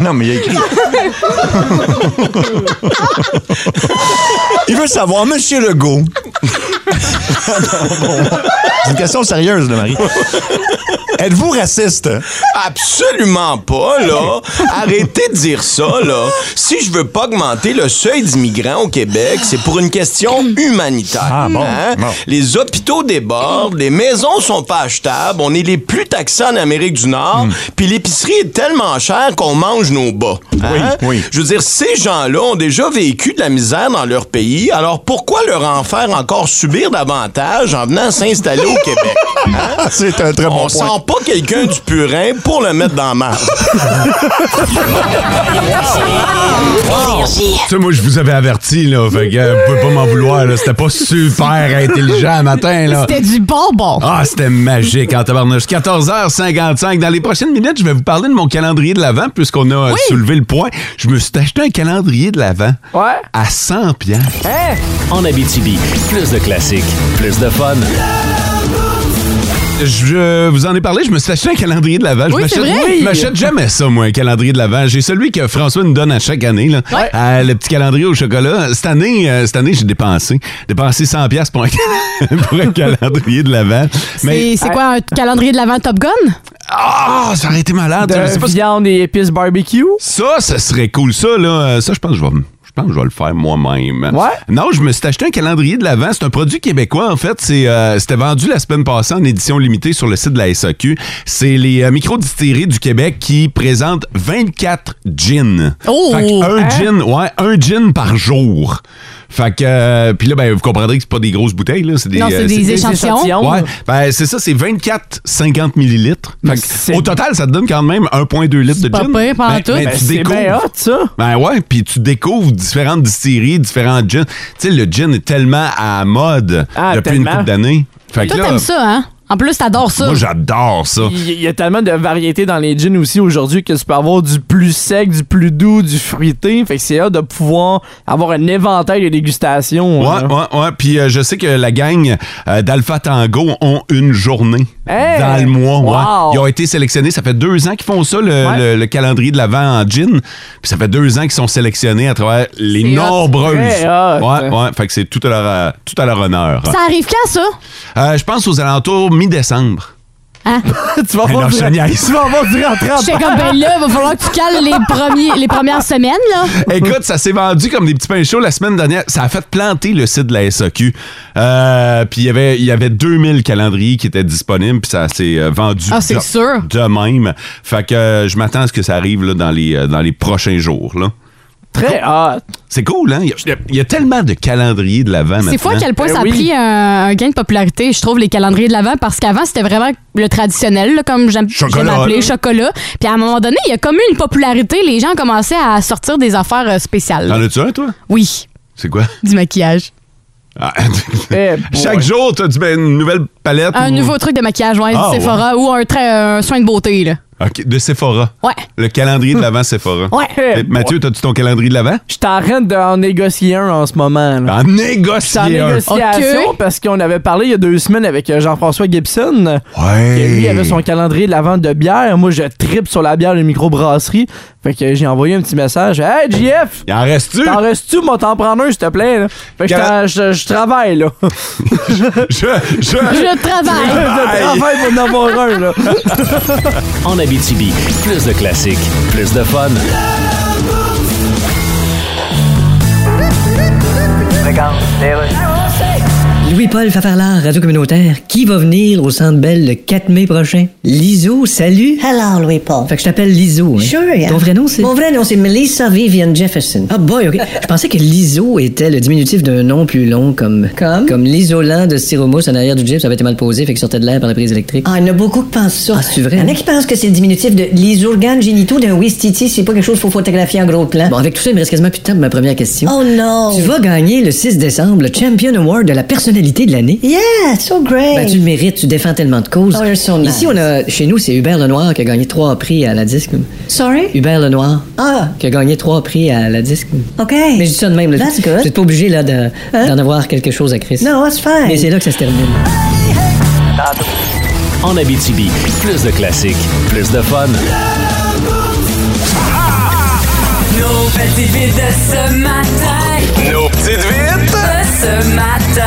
non, mais il a écrit. il veut savoir, M. Legault. C'est une question sérieuse, là, Marie. Êtes-vous raciste?
Absolument pas, là. Arrêtez de dire ça, là. Si je veux pas augmenter le seuil d'immigrants au Québec, c'est pour une question humanitaire. hein.
Ah, bon, bon.
Les hôpitaux débordent, les maisons sont pas achetables, on est les plus taxés en Amérique du
Hmm.
Nord, puis l'épicerie est tellement chère qu'on mange nos bas. hein?
oui.
Je veux dire, ces gens-là ont déjà vécu de la misère dans leur pays, alors pourquoi leur en faire encore subir davantage en venant s'installer au Québec? hein?
Ah, C'est un très
On sent pas quelqu'un du purin pour le mettre dans la marge.
Tu sais, moi, je vous avais averti, là. Fait que, euh, vous pouvez pas m'en vouloir, là. C'était pas super intelligent le matin, là.
C'était du bonbon.
Ah, c'était magique en tabarnouche. 14h55. Dans les prochaines minutes, je vais vous parler de mon calendrier de l'Avent, puisqu'on a euh, soulevé le point. Je me suis acheté un calendrier de l'Avent
Ouais.
à 100 piastres.
Hein?
En Abitibi, plus de classiques, plus de fun.
Je vous en ai parlé, je me suis acheté un calendrier de l'Avent.
Oui,
je
c'est
m'achète-
vrai.
je m'achète jamais ça, moi, un calendrier de l'Avent. J'ai celui que François nous donne à chaque année, là,
Ouais.
Euh, le petit calendrier au chocolat. Cette année, euh, cette année j'ai dépensé. Dépensé 100$ piastres pour un, cal- pour un calendrier de l'Avent. Mais
C'est c'est quoi, un calendrier de l'avant Top Gun?
ah, ça aurait été malade. Je sais
De
pas si-
viande et épices barbecue.
Ça, ça serait cool. Ça, là, euh, ça, je pense que je vais. m- Je pense que je vais le faire moi-même.
Ouais?
Non, je me suis acheté un calendrier de l'Avent. C'est un produit québécois, en fait. C'est, euh, C'était vendu la semaine passée en édition limitée sur le site de la SAQ. C'est les euh, micro-distilleries du Québec qui présentent 24 gins.
Oh!
Fait que un
Hein?
gin, ouais, un gin par jour. Fait que, euh, puis là, ben, vous comprendrez que c'est pas des grosses bouteilles, là. C'est des,
Non, c'est des échantillons.
Ouais, ben, c'est ça, c'est 24-50 millilitres. Fait que, au total, ça te donne quand même 1,2 litres de
pas
gin.
pire, pas en
Ben,
tout.
ben,
Ben,
tu
c'est
découvres-
bien hot, ça.
Ben ouais, puis tu découvres différentes distilleries, différents gins. Tu sais, le gin est tellement à la mode
Ah,
depuis
tellement.
une couple d'années. Fait que
Toi,
là,
t'aimes ça, hein? En plus, t'adores ça.
Moi, j'adore ça.
Il il y a tellement de variétés dans les gins aussi aujourd'hui que tu peux avoir du plus sec, du plus doux, du fruité. Fait que c'est là de pouvoir avoir un éventail de dégustations.
Ouais,
hein.
ouais, ouais. Puis euh, je sais que la gang euh, d'Alpha Tango ont une journée
Hey!
dans le mois. ouais.
Wow!
Ils ont été sélectionnés. Ça fait deux ans qu'ils font ça, le, le- le calendrier de l'avant en gin. Puis ça fait deux ans qu'ils sont sélectionnés à travers les
C'est hot.
nombreuses.
Très hot.
Ouais, ouais. Fait que c'est tout à leur, euh, tout à leur honneur.
Ça arrive quand, ça?
Euh, je pense aux alentours mi-décembre.
Hein?
tu vas
Mais non,
voir
je te niaise.
tu vas avoir du rentrant.
J'étais comme, ben là, va falloir que tu cales les, premiers, les premières semaines, là.
Écoute, ça s'est vendu comme des petits pains chauds la semaine dernière. Ça a fait planter le site de la SAQ. Euh, puis il y avait, il y avait 2000 calendriers qui étaient disponibles, puis ça s'est euh, vendu
Ah, c'est
de,
sûr.
de même. Fait que euh, je m'attends à ce que ça arrive là, dans, les, euh, dans les prochains jours. Là.
Très hot.
C'est cool, hein? Il y a- il y, a tellement de calendriers de l'avant maintenant.
C'est fou à quel
Ben
point ça a pris un, un gain de popularité, je trouve, les calendriers de l'avant, parce qu'avant, c'était vraiment le traditionnel, là, comme j'aime
Chocolat.
appeler chocolat. Puis à un moment donné, il y a comme eu une popularité, les gens commençaient à sortir des affaires euh, spéciales.
T'en as-tu un, toi?
Oui,
C'est quoi?
du maquillage.
Ah, Chaque jour, t'as du- ben, une nouvelle palette.
Un
ou-
nouveau truc de maquillage, ouais,
Ah,
du Sephora, ou un, trait- un soin de beauté, là.
OK, de Sephora.
Ouais. Hmm.
Le calendrier de l'avant Sephora.
Ouais.
Eh, Mathieu, t'as-tu ton calendrier de l'avant?
Je t'arrête d'en négocier un en ce moment. là.
En négocier
C'est en
un.
négociation
Ok.
parce qu'on avait parlé il y a deux semaines avec euh, Jean-François Gibson.
Ouais.
Et lui avait son calendrier de la vente de bière. Moi, je tripe sur la bière de microbrasserie. Fait que j'ai envoyé un petit message. Hey, JF!
Il en reste-tu?
T'en restes-tu? Moi, t'en prends un, s'il te plaît. là. Fait que je t'en- je, je travaille, là.
je, je
travaille.
je travaille pour en avoir un, là.
en Abitibi, plus de classiques, plus de fun.
Louis-Paul Fafarlard, Radio Communautaire, qui va venir au Centre Bell le 4 mai prochain? Liso, salut! Hello, Louis-Paul. Fait que je t'appelle Liso. Hein?
Sure,
Ton
hein.
vrai nom, c'est...
Mon vrai nom, c'est Melissa Vivian Jefferson.
Ah boy, OK. je pensais que Liso était le diminutif d'un nom plus long comme... Comme? Comme l'isolant de styromousse en arrière du jeep, ça avait été mal posé, fait qu'il sortait de l'air par la prise électrique.
Ah, il y en a beaucoup qui pensent ça.
Ah, c'est vrai,
Il y en
hein?
a qui pensent que c'est le diminutif de les organes génitaux d'un Wistiti, c'est pas quelque chose qu'il faut photographier en gros plan.
Bon, avec tout ça, il me reste quasiment plus de temps pour ma première question.
Oh non!
Tu vas gagner le 6 décembre le Champion Award de la personnalité de l'année.
Yeah, so great!
Ben, tu le mérites, tu défends tellement de causes.
Oh, you're so nice.
Ici, on a, chez nous, c'est Hubert Lenoir qui a gagné trois prix à la disque.
Sorry?
Hubert Lenoir.
Ah.
Qui a gagné trois prix à la disque.
OK.
Mais je dis ça de même. Là,
That's good. Hein?
Vous êtes pas obligé là, de- d'en avoir quelque chose à Chris.
No, that's fine.
Mais c'est là que ça se termine.
En Abitibi, plus de classiques, plus de fun.
Nos petites vites de ce matin. Nos petites vites de ce matin.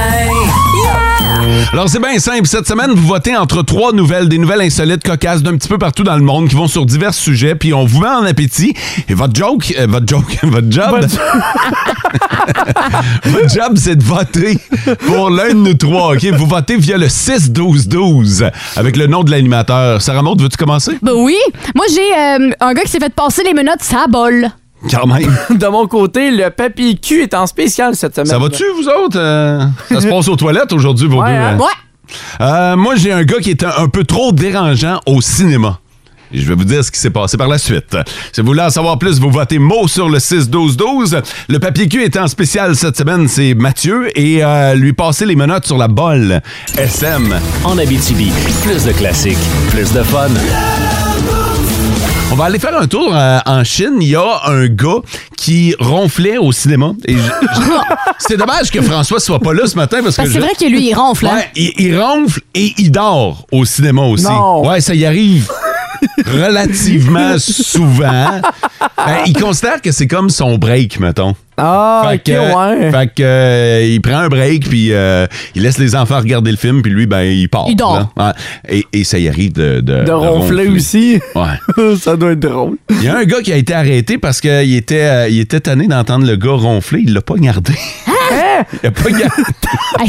Alors, c'est bien simple. Cette semaine, vous votez entre trois nouvelles, des nouvelles insolites, cocasses d'un petit peu partout dans le monde qui vont sur divers sujets, puis on vous met en appétit. Et votre joke, euh, votre joke, votre job, votre job, c'est de voter pour l'un de nous trois, OK? Vous votez via le 6-12-12 avec le nom de l'animateur. Sarah Maud, veux-tu commencer?
Ben oui. Moi, j'ai euh, un gars qui s'est fait passer les menottes, ça bol.
Quand même.
de mon côté, le papier cul est en spécial cette semaine.
Ça va-tu, vous autres? Euh, ça se passe aux toilettes aujourd'hui, vos
Ouais,
deux?
hein?
euh? Euh, moi, j'ai un gars qui est un, un peu trop dérangeant au cinéma. Et Je vais vous dire ce qui s'est passé par la suite. Si vous voulez en savoir plus, vous votez mot sur le 6-12-12. Le papier cul est en spécial cette semaine, c'est Mathieu, et euh, lui passer les menottes sur la bolle. SM.
En Abitibi, plus de classiques, plus de fun.
On va aller faire un tour euh, en Chine. Il y a un gars qui ronflait au cinéma. Et je- je- c'est dommage que François soit pas là ce matin parce que
Parce que c'est
je-
vrai que lui, il ronfle, hein?
Ouais, il, il ronfle et il dort au cinéma aussi.
Non.
Ouais, ça y arrive relativement souvent. Ben, il considère que c'est comme son break, mettons.
Ah,
fait
ok,
que,
ouais.
Fait que, euh, il prend un break, puis euh, il laisse les enfants regarder le film, puis lui, ben, il part.
Il dort.
là. Ouais. Et, et ça y arrive de, de,
De ronfler aussi.
Ouais.
ça doit être drôle.
Il y a un gars qui a été arrêté parce qu'il était, euh, il était tanné d'entendre le gars ronfler, il l'a pas gardé.
Hein? vrai?
Il a pas gardé,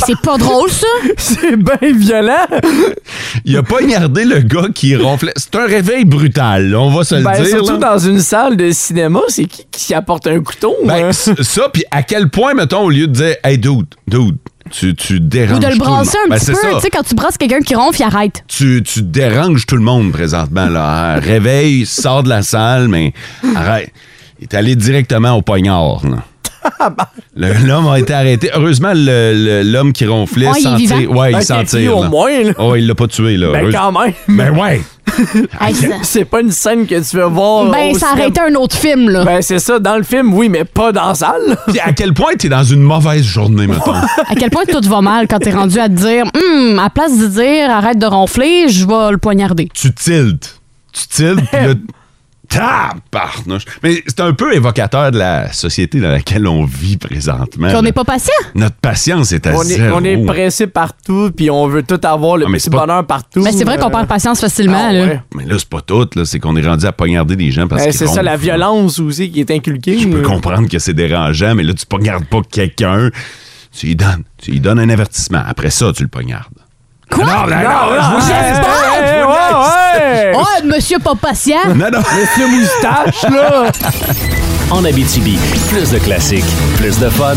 c'est pas drôle, ça?
C'est bien violent.
il a pas gardé le gars qui ronflait. C'est un réveil brutal, là, on va se le
Ben,
dire.
surtout
là.
dans une salle de cinéma, c'est qui qui apporte un couteau?
Ben,
hein.
c- ça, puis à quel point, mettons, au lieu de dire Hey, dude, dude, tu, tu déranges.
Ou de le
tout
brasser
monde.
un
Ben,
petit
c'est
peu.
ça.
Tu sais, quand tu brasses quelqu'un qui ronfle, il arrête.
tu, tu déranges tout le monde présentement. Là. hein. Réveille, sors de la salle, mais arrête. Il est allé directement au poignard. là. Le- L'homme a été arrêté. Heureusement, le- le- l'homme qui ronflait
Ah, il est
s'en
vivant?
tire. Ouais,
Ben,
il s'en
t'as dit
tire,
au
là.
moins, là.
Oh, il l'a pas tué, là.
Ben,
Heureuse-
quand même.
Mais ouais.
c'est pas une scène que tu veux voir.
Ben,
au
ça
cinéma.
aurait été un autre film, là.
Ben, c'est ça, dans le film, oui, mais pas dans la salle.
Puis à quel point t'es dans une mauvaise journée, mettons.
À quel point tout va mal quand t'es rendu à te dire, Hum, à place de dire arrête de ronfler, je vais le poignarder.
tu tiltes. Tu tiltes, puis là. tabarnouche. Mais c'est un peu évocateur de la société dans laquelle on vit présentement.
Puis on
là.
n'est pas patient.
Notre patience est à
On est,
zéro.
on est pressé partout, puis on veut tout avoir Oh, le
Ah, mais
petit
c'est pas-
bonheur partout.
Mais c'est vrai qu'on
Euh,
perd patience facilement, là.
Mais là, c'est pas tout, là. C'est qu'on est rendu à poignarder des gens parce
ben,
qu'ils
c'est ça,
ronflent.
la violence aussi qui est inculquée. euh.
Je peux comprendre que c'est dérangeant, mais là, tu poignardes pas quelqu'un. Tu lui donnes. Tu lui donnes un avertissement. Après ça, tu le poignardes.
Quoi?
Non, non, non, je vous
J'espère!
Hey, ouais, ouais!
Oh, monsieur pas patient!
Non, non.
Laisse-le moustache, là!
En Abitibi, plus de classiques, plus de fun.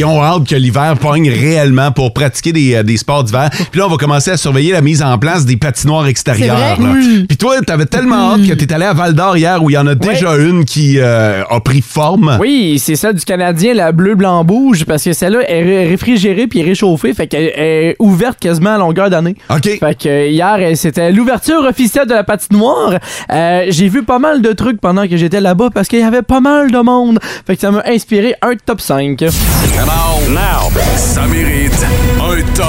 Ils ont hâte que l'hiver pogne réellement pour pratiquer des, euh, des sports d'hiver. Puis là, on va commencer à surveiller la mise en place des patinoires extérieures.
C'est vrai?
là.
Oui.
Puis toi, t'avais tellement hâte que t'es allé à Val d'Or hier où il y en a déjà une qui euh, a pris forme.
Oui, c'est celle du Canadien, la bleu blanc rouge, parce que celle-là est ré- réfrigérée puis réchauffée, fait qu'elle est ouverte quasiment à longueur d'année.
OK.
Fait que euh, hier, euh, c'était l'ouverture officielle de la patinoire. Euh, J'ai vu pas mal de trucs pendant que j'étais là-bas parce qu'il y avait pas mal de monde. Fait que ça m'a inspiré un top 5.
Come on, now. Ça mérite un top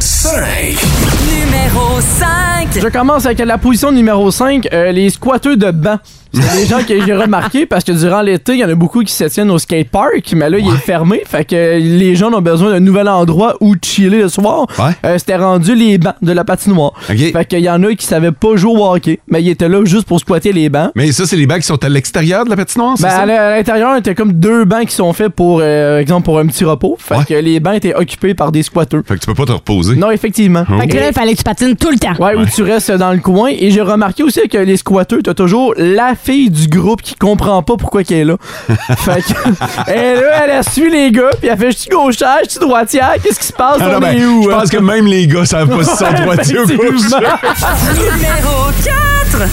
5. Numéro 5.
Je commence avec la position numéro 5, euh, les squatteux de banc. C'est des gens que j'ai remarqué parce que durant l'été, il y en a beaucoup qui se tiennent au skatepark, mais là, il est fermé. Fait que les gens ont besoin d'un nouvel endroit où chiller le soir. Euh, C'était rendu les bancs de la patinoire. Fait qu'il y en a qui savaient pas jouer au hockey, mais ils étaient là juste pour squatter les bancs.
Mais ça, c'est les bacs qui sont à l'extérieur de la patinoire, c'est
Hein? Ben,
ça?
à l'in- à l'intérieur, il y a comme deux bancs qui sont faits pour, euh, exemple, pour un petit repos. Fait que les bancs étaient occupés par des squatteurs.
Fait que tu peux pas te reposer. Oh.
Non, effectivement.
Fait que là, il fallait que tu patines tout le temps.
Ouais, ou tu restes dans le coin. Et j'ai remarqué aussi que les squatteurs, t'as toujours la fille du groupe qui comprend pas pourquoi qu'elle est là. fait que, elle, là, elle a suivi les gars, puis elle fait, je suis gauchère, je suis droitière, qu'est-ce qui se passe?
Ah non,
on
ben,
est où? hein?
je pense que même les gars savent pas si
Ouais,
sont droitiers ou
effectivement.
gauchers.
Numéro 4.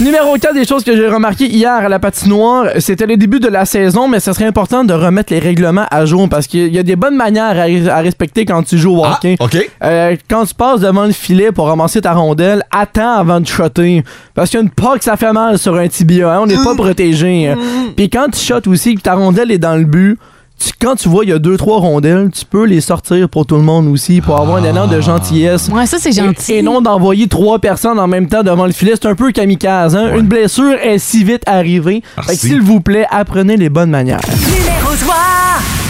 Numéro 4 des choses que j'ai remarqué hier à la patinoire, c'était le début de la saison, mais ça serait important de remettre les règlements à jour parce qu'il y a des bonnes manières à, res- à respecter quand tu joues au hockey. Euh, quand tu passes devant le filet pour ramasser ta rondelle, attends avant de shotter. Parce qu'une puck, ça fait mal sur un tibia, hein, on n'est pas protégé. hein. Puis quand tu shottes aussi, que ta rondelle est dans le but, tu- quand tu vois il y a deux trois rondelles, tu peux les sortir pour tout le monde aussi pour avoir un
Ah.
élan de gentillesse.
Ouais, ça c'est gentil.
Et, et non d'envoyer trois personnes en même temps devant le filet, c'est un peu kamikaze. hein. Une blessure est si vite arrivée. Fait que,
Merci.
S'il vous plaît, apprenez les bonnes manières.
Numéro 3.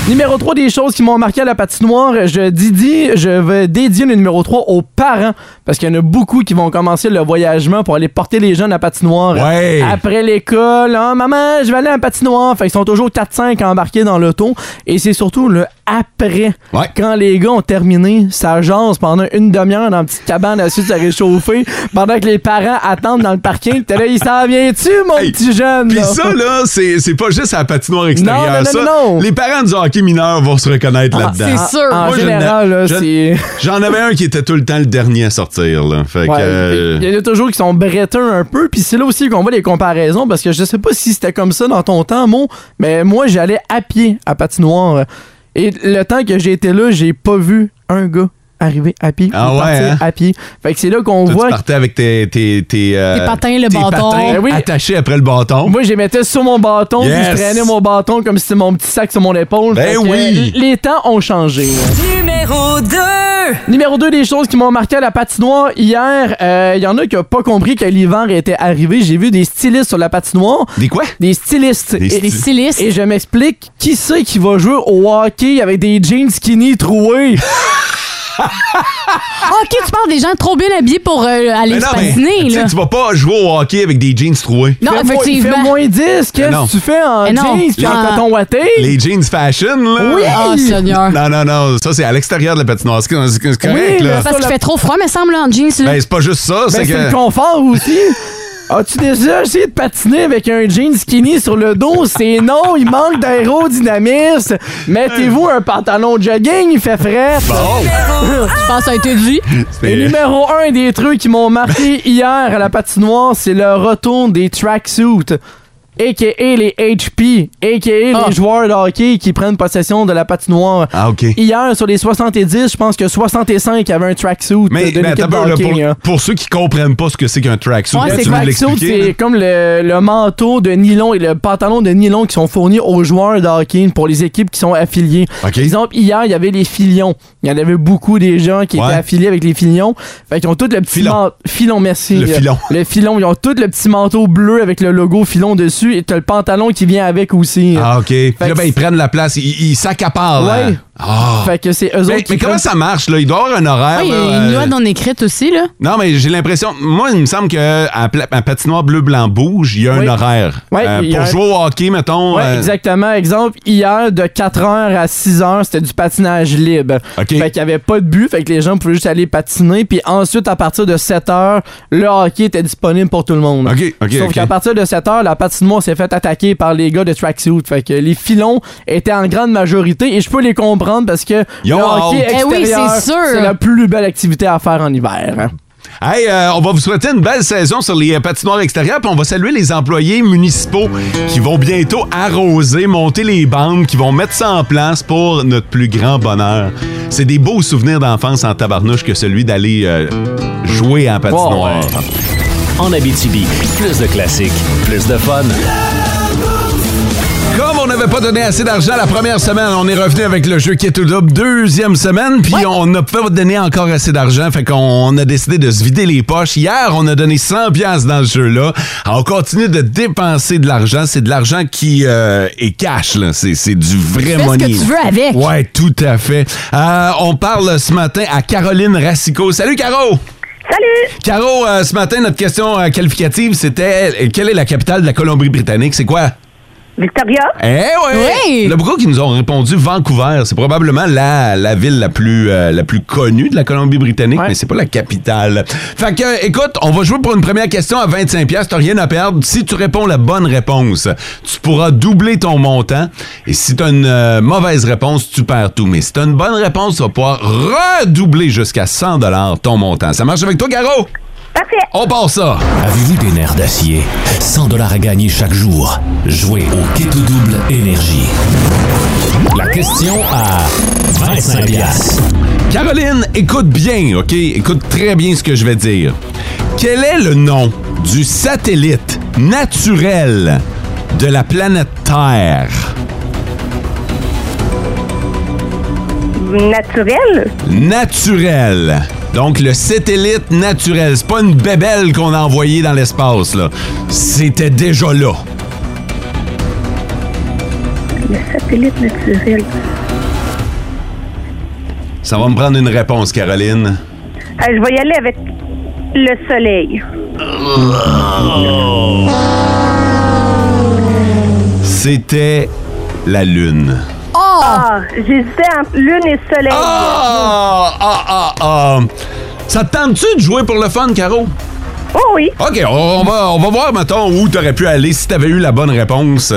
Numéro 3 des choses qui m'ont marqué à la patinoire, je Didi, je vais dédier le numéro 3 aux parents parce qu'il y en a beaucoup qui vont commencer le voyagement pour aller porter les jeunes à la patinoire
Ouais.
après l'école. Ah, maman, je vais aller à la patinoire. Fait qu'ils sont toujours 4-5 embarqués dans l'auto et c'est surtout le après. Quand les gars ont terminé, ça jase pendant une demi-heure dans la petite cabane à suite à réchauffer pendant que les parents attendent dans le parking. T'es là, il s'en vient-tu, mon petit jeune?
Puis
là?
ça, là, c'est c'est pas juste à la patinoire extérieure.
Non, non, non,
ça,
non, non.
Les parents du hockey mineur vont se reconnaître
Ah,
là-dedans.
c'est sûr. En
j'en ai-
général, là,
j'en-
c'est-
J'en avais un qui était tout le temps le dernier à sortir. Là. Fait que,
Ouais,
euh,
Il y en a toujours qui sont breteux un peu, puis c'est là aussi qu'on voit les comparaisons, parce que je sais pas si c'était comme ça dans ton temps, Mo, mais moi, j'allais à pied à patinoire. Et le temps que j'ai été là, j'ai pas vu un gars arriver à pied
Ah
ou
ouais,
partir
hein?
à pied. Fait que c'est là qu'on
toi,
voit...
tu partais avec tes, tes, tes, euh,
Tes patins, le
tes
bâton.
patins
Ben
Eh oui.
attachés après le bâton.
Moi, je les mettais sur mon bâton, puis
Yes.
je traînais mon bâton comme si c'était mon petit sac sur mon épaule.
Ben
Fait que,
oui.
euh, Les temps ont changé. là.
Numéro 2.
Numéro 2 des choses qui m'ont marqué à la patinoire hier, il y en a qui n'ont pas compris que l'hiver était arrivé. J'ai vu des stylistes sur la patinoire.
Des quoi?
Des stylistes.
Des
Et-
stylistes.
stylistes.
Et je m'explique, qui c'est qui va jouer au hockey avec des jeans skinny troués?
Ah, OK, tu parles des gens trop bien habillés pour euh, aller
Mais
se
non, mais,
patiner,
tu sais,
là.
tu vas pas jouer au hockey avec des jeans troués.
Non,
Fais moins-
effectivement.
Fais moins 10, qu'est-ce
Mais non.
que tu fais en
Mais non.
jeans puis en
Ah.
coton ouaté?
Les jeans fashion, là.
Oui.
Ah, Seigneur.
Non, non, non. Ça, c'est à l'extérieur de la patinoire. C'est c'est- c'est correct, là.
parce qu'il fait trop froid, me semble, là, en jeans. là.
Ben, c'est pas juste ça.
Ben,
c'est
c'est
que.
le confort aussi. As-tu déjà essayé de patiner avec un jean skinny sur le dos? C'est non, il manque d'aérodynamisme. Mettez-vous un pantalon jogging, il fait frais.
Je pense que ça a été dit.
Et numéro un des trucs qui m'ont marqué hier à la patinoire, c'est le retour des tracksuits. A.K.A. les HP, A.K.A. les joueurs de hockey qui prennent possession de la patinoire.
Ah, OK.
Hier, sur les 70, je pense que 65 avaient un tracksuit
Mais,
de
mais
l'équipe
attends,
de
un peu, là,
hockey, hein.
pour,
là.
pour ceux qui comprennent pas ce que c'est qu'un tracksuit,
Ouais,
là,
c'est
tu veux
quoi
l'expliquer? là?
C'est comme le, le manteau de nylon et le pantalon de nylon qui sont fournis aux joueurs de hockey pour les équipes qui sont affiliées. Par exemple, hier, il y avait les filions. Il y en avait beaucoup des gens qui
Ouais.
étaient affiliés avec les filions. Fait qu'ils ont tout le petit
Filon.
man- filon, merci.
Le filon.
Le filon, ils ont tout le petit manteau bleu avec le logo filon dessus et t'as le pantalon qui vient avec aussi.
Ah, OK. Puis là,
que
ben, ils prennent la place. Ils ils s'accaparent. hein?
Ouais.
Ah.
Fait que c'est eux autres
Mais,
qui
mais comment
prennent-
ça marche, là? Il doit y avoir un horaire.
Ouais, il y
là,
a une
euh,
loi non écrite aussi, là.
Non, mais j'ai l'impression. Moi, il me semble que à pla- à patinoire bleu-blanc-bouge, il y a
Oui.
un horaire.
Ouais,
Euh,
il y a
pour
un-
jouer au hockey, mettons.
Ouais,
euh,
exactement. Exemple, hier, de 4h à 6h, c'était du patinage libre. Fait qu'il n'y avait pas de but, fait que les gens pouvaient juste aller patiner. Puis ensuite, à partir de 7h, le hockey était disponible pour tout le monde.
OK, OK,
Sauf
OK.
qu'à partir de 7h, la patinoire s'est fait attaquer par les gars de tracksuit. Fait que les filons étaient en grande majorité et je peux les comprendre parce que
Yo,
le hockey
out.
Eh oui,
extérieur,
c'est sûr.
c'est la plus belle activité à faire en hiver.
Hey, euh, on va vous souhaiter une belle saison sur les euh, patinoires extérieures, puis on va saluer les employés municipaux qui vont bientôt arroser, monter les bandes, qui vont mettre ça en place pour notre plus grand bonheur. C'est des beaux souvenirs d'enfance en tabarnouche que celui d'aller euh, jouer en patinoire.
En Abitibi, plus de classiques, plus de fun.
Comme on n'avait pas donné assez d'argent la première semaine, on est revenu avec le jeu qui est tout double deuxième semaine, puis on n'a pas donné encore assez d'argent, fait qu'on a décidé de se vider les poches. Hier, on a donné 100 pièces dans ce jeu-là. On continue de dépenser de l'argent. C'est de l'argent qui euh, est cash, là. C'est, c'est du vrai
Fais ce
money.
que tu veux avec.
Ouais, tout à fait. Euh, on parle ce matin à Caroline Racicot. Salut, Caro!
Salut!
Caro, euh, ce matin, notre question euh, qualificative, c'était euh, quelle est la capitale de la Colombie-Britannique? C'est quoi?
Victoria?
Eh ouais! Il y en a beaucoup qui nous ont répondu Vancouver. C'est probablement la, la ville la plus, euh, la plus connue de la Colombie-Britannique, mais c'est pas la capitale. Fait que, euh, écoute, on va jouer pour une première question à 25$. piastres. T'as rien à perdre. Si tu réponds la bonne réponse, tu pourras doubler ton montant. Et si t'as une euh, mauvaise réponse, tu perds tout. Mais si t'as une bonne réponse, tu vas pouvoir redoubler jusqu'à 100$ ton montant. Ça marche avec toi, Caro?
Parfait.
On part ça.
Avez-vous des nerfs d'acier? 100 dollars à gagner chaque jour. Jouez au Keto Double Énergie. La question à 25 piastres.
Caroline, écoute bien, OK? Écoute très bien ce que je vais dire. Quel est le nom du satellite naturel de la planète Terre?
Naturel?
Naturel. Donc, le satellite naturel. C'est pas une bébelle qu'on a envoyée dans l'espace, là. C'était déjà là.
Le satellite naturel.
Ça va me prendre une réponse, Caroline.
Euh, je vais y aller avec le soleil.
C'était la Lune.
Oh! Ah, J'hésitais entre lune et soleil.
Ah, ah, ah, ah. Ça te tente-tu de jouer pour le fun, Caro?
Oh oui.
OK, on, on va, on va voir, mettons, où t'aurais pu aller si t'avais eu la bonne réponse.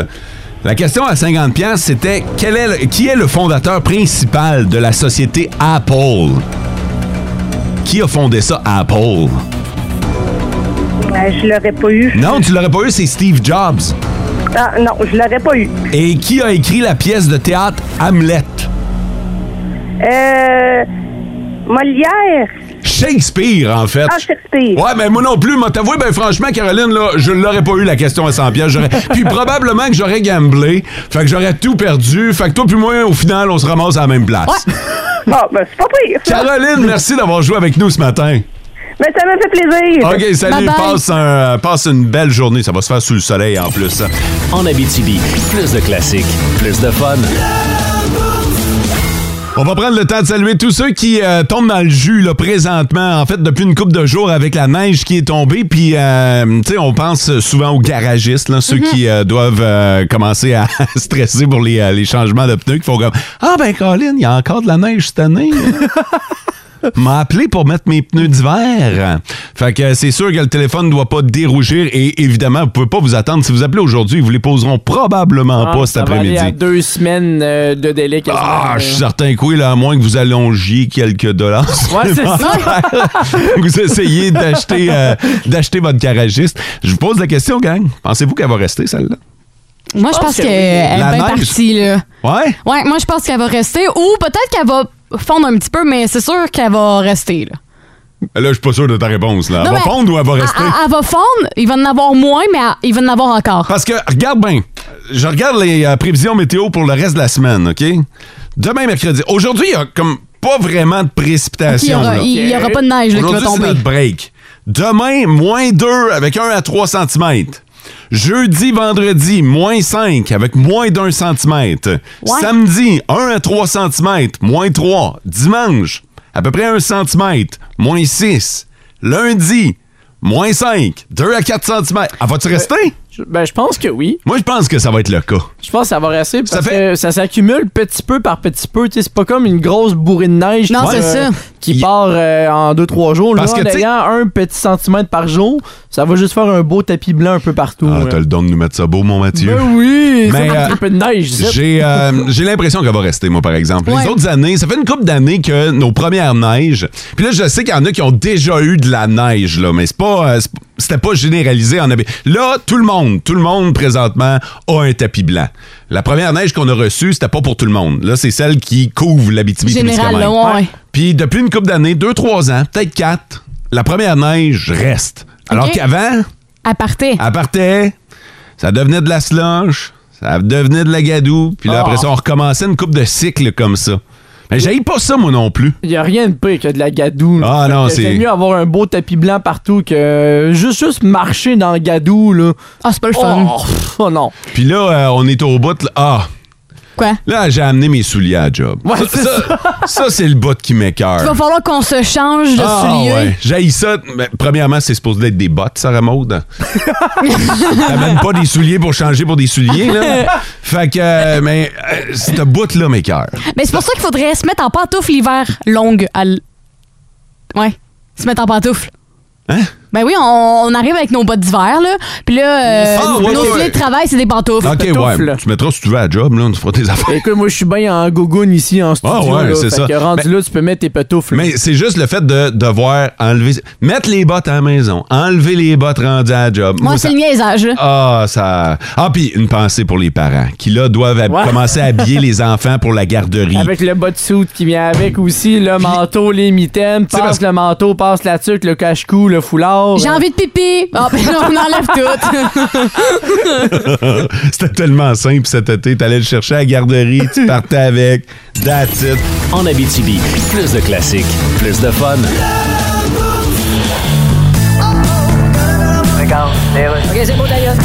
La question à 50$, piastres, c'était quel est le- qui est le fondateur principal de la société Apple? Qui a fondé ça, Apple?
Euh, je l'aurais pas eu.
Non, tu l'aurais pas eu, c'est Steve Jobs.
Ah, non, je l'aurais pas eu.
Et qui a écrit la pièce de théâtre Hamlet?
Euh, Molière.
Shakespeare, en fait.
Ah, Shakespeare.
Ouais, mais moi non plus, moi t'avouer, ben franchement, Caroline, là, je l'aurais pas eu la question à 100 pièces. Puis probablement que j'aurais gamblé, fait que j'aurais tout perdu. Fait que toi puis moi, au final, on se ramasse à la même place.
Bon, ben, c'est pas pire.
Caroline, merci d'avoir joué avec nous ce matin.
Mais Ben, ça m'a fait plaisir.
OK, salut, Passe, un, euh, passe une belle journée. Ça va se faire sous le soleil en plus. hein.
En Abitibi, plus de classiques, plus de fun.
On va prendre le temps de saluer tous ceux qui euh, tombent dans le jus là, présentement. En fait, depuis une couple de jours avec la neige qui est tombée, puis euh, tu sais, on pense souvent aux garagistes, là,
Mhm.
ceux qui euh, doivent euh, commencer à stresser pour les, euh, les changements de pneus, qui font comme ah ben Colin, il y a encore de la neige cette année. m'a appelé pour mettre mes pneus d'hiver. Fait que euh, c'est sûr que le téléphone ne doit pas dérougir et évidemment, vous pouvez pas vous attendre. Si vous appelez aujourd'hui, ils vous les poseront probablement
Ah,
pas cet
ça va aller
après-midi.
à deux semaines euh, de délai. quasiment.
Ah, je suis certain que oui, là, à moins que vous allongiez quelques dollars.
Ouais, c'est ça.
vous essayez d'acheter euh, d'acheter votre garagiste. Je vous pose la question, gang. Pensez-vous qu'elle va rester, celle-là?
Moi, je pense qu'elle est
La
bien
neige?
partie, là.
Ouais?
Ouais, moi, je pense qu'elle va rester ou peut-être qu'elle va fondre un petit peu, mais c'est sûr qu'elle va rester, là.
Là, je suis pas sûr de ta réponse. Là. Elle
Non,
va
mais-
fondre ou elle va
Elle,
rester?
Ah, elle- elle va fondre, il va en avoir moins, mais elle- il va en avoir encore.
Parce que, regarde bien, je regarde les euh, prévisions météo pour le reste de la semaine, OK? Demain, mercredi. Aujourd'hui, il y a comme pas vraiment de précipitations.
Il y aura-
là.
il y aura pas de neige, là, qui va
Aujourd'hui, c'est
tomber.
notre break. Demain, moins 2 avec 1 à 3 cm. Jeudi, vendredi, moins 5 avec moins d'un centimètre. Samedi, 1 à 3 cm, moins 3. Dimanche, à peu près 1 cm, moins 6. Lundi, moins 5, 2 à 4 cm. Elle va-tu rester?
Ben, je pense que oui.
Moi, je pense que ça va être le cas.
Je pense que ça va rester parce que ça s'accumule petit peu par petit peu. Tu sais, C'est pas comme une grosse bourrée de neige
Non,
qui,
c'est ça.
qui part euh, en 2-3 jours. Là,
Parce que,
en
tu sais-
ayant un petit centimètre par jour, ça va juste faire un beau tapis blanc un peu partout.
Ah,
ouais.
t'as le don de nous mettre ça beau, mon Mathieu.
Ben oui, ça
Mais,
fait
euh,
un peu de neige. zip.
J'ai euh, j'ai l'impression qu'elle va rester, moi, par exemple. Les autres années, ça fait une couple d'années que nos premières neiges. Puis là, je sais qu'il y en a qui ont déjà eu de la neige, là, mais c'est pas. euh, c'est- c'était pas généralisé en Abé. Là, tout le monde, tout le monde présentement a un tapis blanc. La première neige qu'on a reçue, c'était pas pour tout le monde. Là, c'est celle qui couvre l'habitude
Général, là, ouais.
Puis depuis une couple d'années, deux, trois ans, peut-être quatre, la première neige reste. Alors
Ok.
qu'avant,
Elle partait.
elle partait, ça devenait de la slush, ça devenait de la gadoue, puis là,
Ah.
après ça, on recommençait une coupe de cycle comme ça. Mais j'aille pas ça, moi non plus.
Il n'y a rien de pire que de la gadoue. là.
Ah non,
Fait que
c'est-
J'aime mieux avoir un beau tapis blanc partout que euh, juste, juste marcher dans le gadou. Là.
Ah, c'est pas le
fun. Oh, non.
Puis là, euh, on est au bout. là. Ah!
Quoi?
Là, j'ai amené mes souliers à la job.
Ouais,
ça,
c'est
ça- ça, c'est le bout qui m'écœure.
Il va falloir qu'on se change de
Ah
soulier.
ouais, j'haïs ça. Ben, premièrement, c'est supposé être des bottes, Sarah Maud. T'amènes pas des souliers pour changer pour des souliers, là. Fait que, euh, mais, euh, cette bout-là m'écœure.
Mais c'est pour ça qu'il faudrait se mettre en pantoufle l'hiver longue. à l- Ouais, se mettre en pantoufle.
Hein?
Ben oui, on, on arrive avec nos bottes d'hiver, là. Puis là, euh,
Ah,
nos
ouais,
nos
ouais,
souliers
ouais.
de travail, c'est des pantoufles.
Ok, ouais. Tu mettras si tu veux à la job, là, tu feras tes affaires.
Écoute, moi, je suis bien en gogoune ici en studio.
Ah ouais,
là.
c'est
Fait
ça.
que rendu
Mais-
là, tu peux mettre tes pantoufles.
Mais c'est juste le fait de devoir enlever. Mettre les bottes à la maison, enlever les bottes rendues à la job.
Moi,
ça-
c'est le niaisage, là.
Ah, ça. Ah, puis une pensée pour les parents qui, là, doivent hab-
Ouais. Ah ben.
commencer à habiller les enfants pour la garderie.
Avec le bas de soute qui vient avec aussi, le manteau, les mitaines, passe le manteau, passe la tuque, le cache-cou, le foulard.
J'ai envie de pipi. Ah, ben là, on enlève tout.
C'était tellement simple cet été. T'allais le chercher à la garderie, tu partais avec. That's it.
En Abitibi, plus de classiques, plus de fun.
OK, c'est bon, d'ailleurs.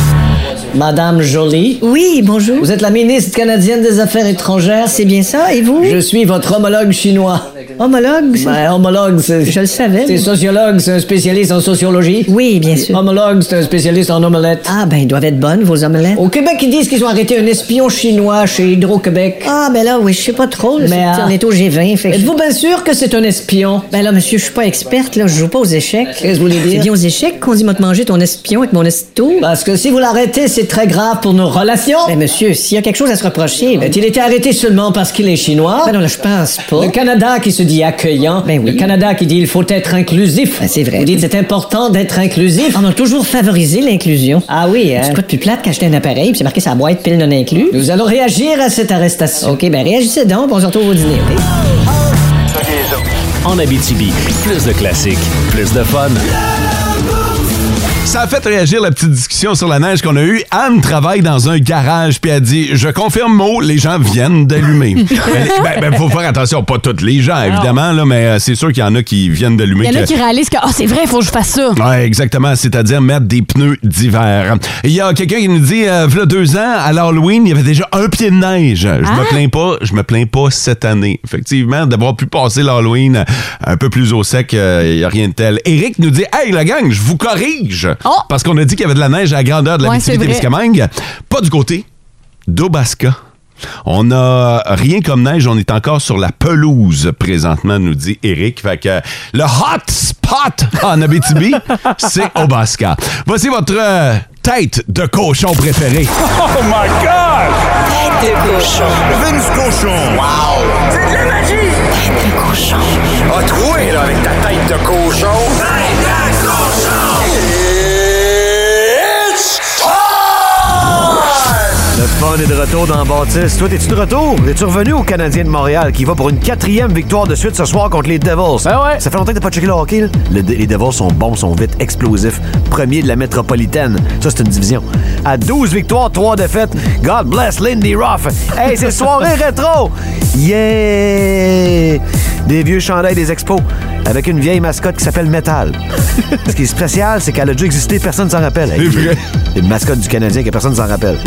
Madame Jolie. Oui, bonjour. Vous êtes la ministre canadienne des Affaires étrangères. C'est bien ça, et vous? Je suis votre homologue chinois. Homologue? Ben, homologue, c'est... Je le savais. C'est
mais-
sociologue, c'est un spécialiste en sociologie. Oui, bien sûr. Homologue, c'est un spécialiste en omelettes. Ah, ben, ils doivent être bonnes, vos omelettes. Au Québec, ils disent qu'ils ont arrêté un espion chinois chez Hydro-Québec. Ah, ben là, oui, je sais pas trop.
Mais, ah,
on est au G20, fait euh, Êtes-vous bien sûr que c'est un espion? Ben là, monsieur, je suis pas experte, là, je joue pas aux échecs. Qu'est-ce que vous voulez
dire?
C'est bien aux échecs qu'on dit, moi, de manger ton espion avec mon esto. Parce que si vous l'arrêtez, c'est très grave pour nos relations. Mais monsieur, s'il y a quelque chose à se reprocher. Ben, il était arrêté seulement parce qu'il est chinois. Ben non, là, je pense pas.
Le Canada qui se dit accueillant. Le Canada qui dit il faut être inclusif.
Ben c'est vrai.
Vous dites c'est important d'être inclusif.
On a toujours favorisé l'inclusion. Ah oui, hein? C'est pas de plus plate qu'acheter un appareil, puis c'est marqué sa boîte pile non inclus.
Nous allons réagir à cette arrestation.
OK, ben réagissez donc, puis on se retrouve au dîner, OK?
En Abitibi, plus de classiques, plus de fun.
Ça a fait réagir la petite discussion sur la neige qu'on a eue. Anne travaille dans un garage, puis elle dit Je confirme, mot, les gens viennent d'allumer. Il ben, ben, faut faire attention, pas toutes les gens, évidemment, là, mais euh, c'est sûr qu'il y en a qui viennent d'allumer.
Il y en a
que-
qui réalisent que, ah, c'est vrai, il faut que je fasse ça.
Ouais, exactement, c'est-à-dire mettre des pneus d'hiver. Il y a quelqu'un qui nous dit, euh, v'là deux ans, à l'Halloween, il y avait déjà un pied de neige. Je me plains pas, je me plains pas cette année. Effectivement, d'avoir pu passer l'Halloween un peu plus au sec, euh, il y a rien de tel. Eric nous dit, hey la gang, je vous corrige. Parce qu'on a dit qu'il y avait de la neige à la grandeur de la
Ouais,
victoire
c'est vrai.
témiscamingue Pas du côté d'Obasca. On n'a rien comme neige, on est encore sur la pelouse présentement, nous dit Eric. Fait que le hot spot en Abitibi, c'est Obasca. Voici votre euh, tête de cochon préférée.
Oh my god! Tête de cochon. Vince cochon. Wow! C'est de la magie! Tête de cochon. A troué, là, avec ta tête de cochon. Tête de cochon! It's
Le fun est de retour dans Baptiste. Toi, es-tu de retour? Es-tu revenu au Canadien de Montréal qui va pour une quatrième victoire de suite ce soir contre les Devils? Ça fait longtemps que t'as pas checké le hockey, là? Le- les Devils sont bons, sont vite, explosifs. Premier de la métropolitaine. Ça, c'est une division. À 12 victoires, 3 défaites. God bless Lindy Ruff. Hey, c'est soirée rétro! Yeah! Des vieux chandails des expos avec une vieille mascotte qui s'appelle Metal. Ce qui est spécial, c'est qu'elle a déjà existé, personne ne s'en rappelle. C'est vrai. Une mascotte du Canadien que personne ne s'en rappelle.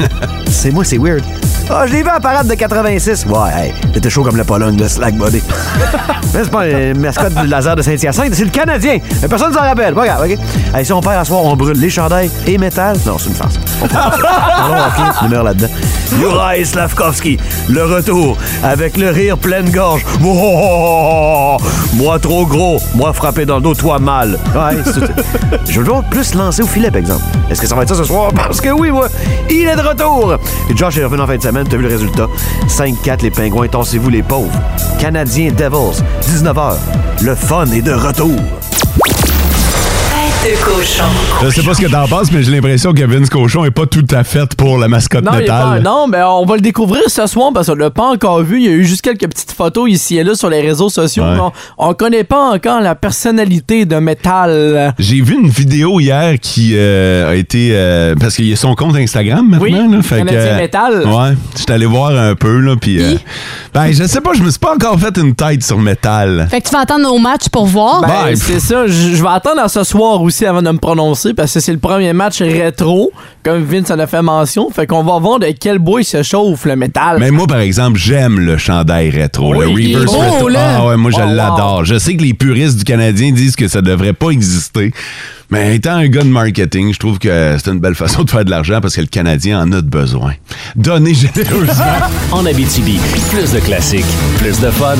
c'est moi, c'est weird. Ah, je l'ai vu en parade de 86. Ouais, hey, t'étais chaud comme la Pologne, le slack body. Mais c'est pas une mascotte du laser de Saint-Hyacinthe, c'est le Canadien. Mais personne ne s'en rappelle. Pas grave, OK? Hey, si on perd à soir, on brûle les chandails et métal. Non, c'est une farce. On prend- Parlons hockey, je meurs là-dedans. Juraj Slavkovski, le retour, avec le rire pleine gorge. Oh, oh, oh, oh, oh. Moi trop gros, moi frappé dans le dos, toi mal. Ouais, c'est- je veux voir plus lancer au filet, par exemple. Est-ce que ça va être ça ce soir? Parce que oui, moi, il est de retour. Et Josh est revenu en fin de semaine, t'as vu le résultat. 5-4, les pingouins, tassez-vous les pauvres. Canadiens Devils, 19h. Le fun est de retour.
Tête de cochon.
Je sais pas ce que t'en penses, mais j'ai l'impression que Vince Cochon est pas tout à fait pour la mascotte
Non, il est pas-
métal.
non, mais on va le découvrir ce soir parce qu'on l'a pas encore vu. Il y a eu juste quelques petites photos ici et là sur les réseaux sociaux. mais On, on connaît pas encore la personnalité de métal.
J'ai vu une vidéo hier qui euh, a été. euh, parce qu'il y a son compte Instagram maintenant.
Oui,
là, fait
Canadien
que, euh,
Metal.
Ouais, j'étais allé voir un peu, là. Puis. euh, ben, je sais pas, je me suis pas encore fait une tête sur métal.
Fait que tu vas attendre nos matchs pour voir.
Ben, c'est ça. Je je vais attendre à ce soir aussi avant de me prononcer parce que c'est le premier match rétro, comme Vince en a fait mention. Fait qu'on va voir de quel bois il se chauffe le métal.
Mais moi, par exemple, j'aime le chandail rétro,
Oui, il
le
est
reverse
beau,
rétro.
là.
Ah ouais, moi, je
Oh, wow.
l'adore. Je sais que les puristes du Canadien disent que ça devrait pas exister. Mais étant un gars de marketing, je trouve que c'est une belle façon de faire de l'argent parce que le Canadien en a de besoin. Donnez généreusement.
en Abitibi, plus de classiques, plus de fun.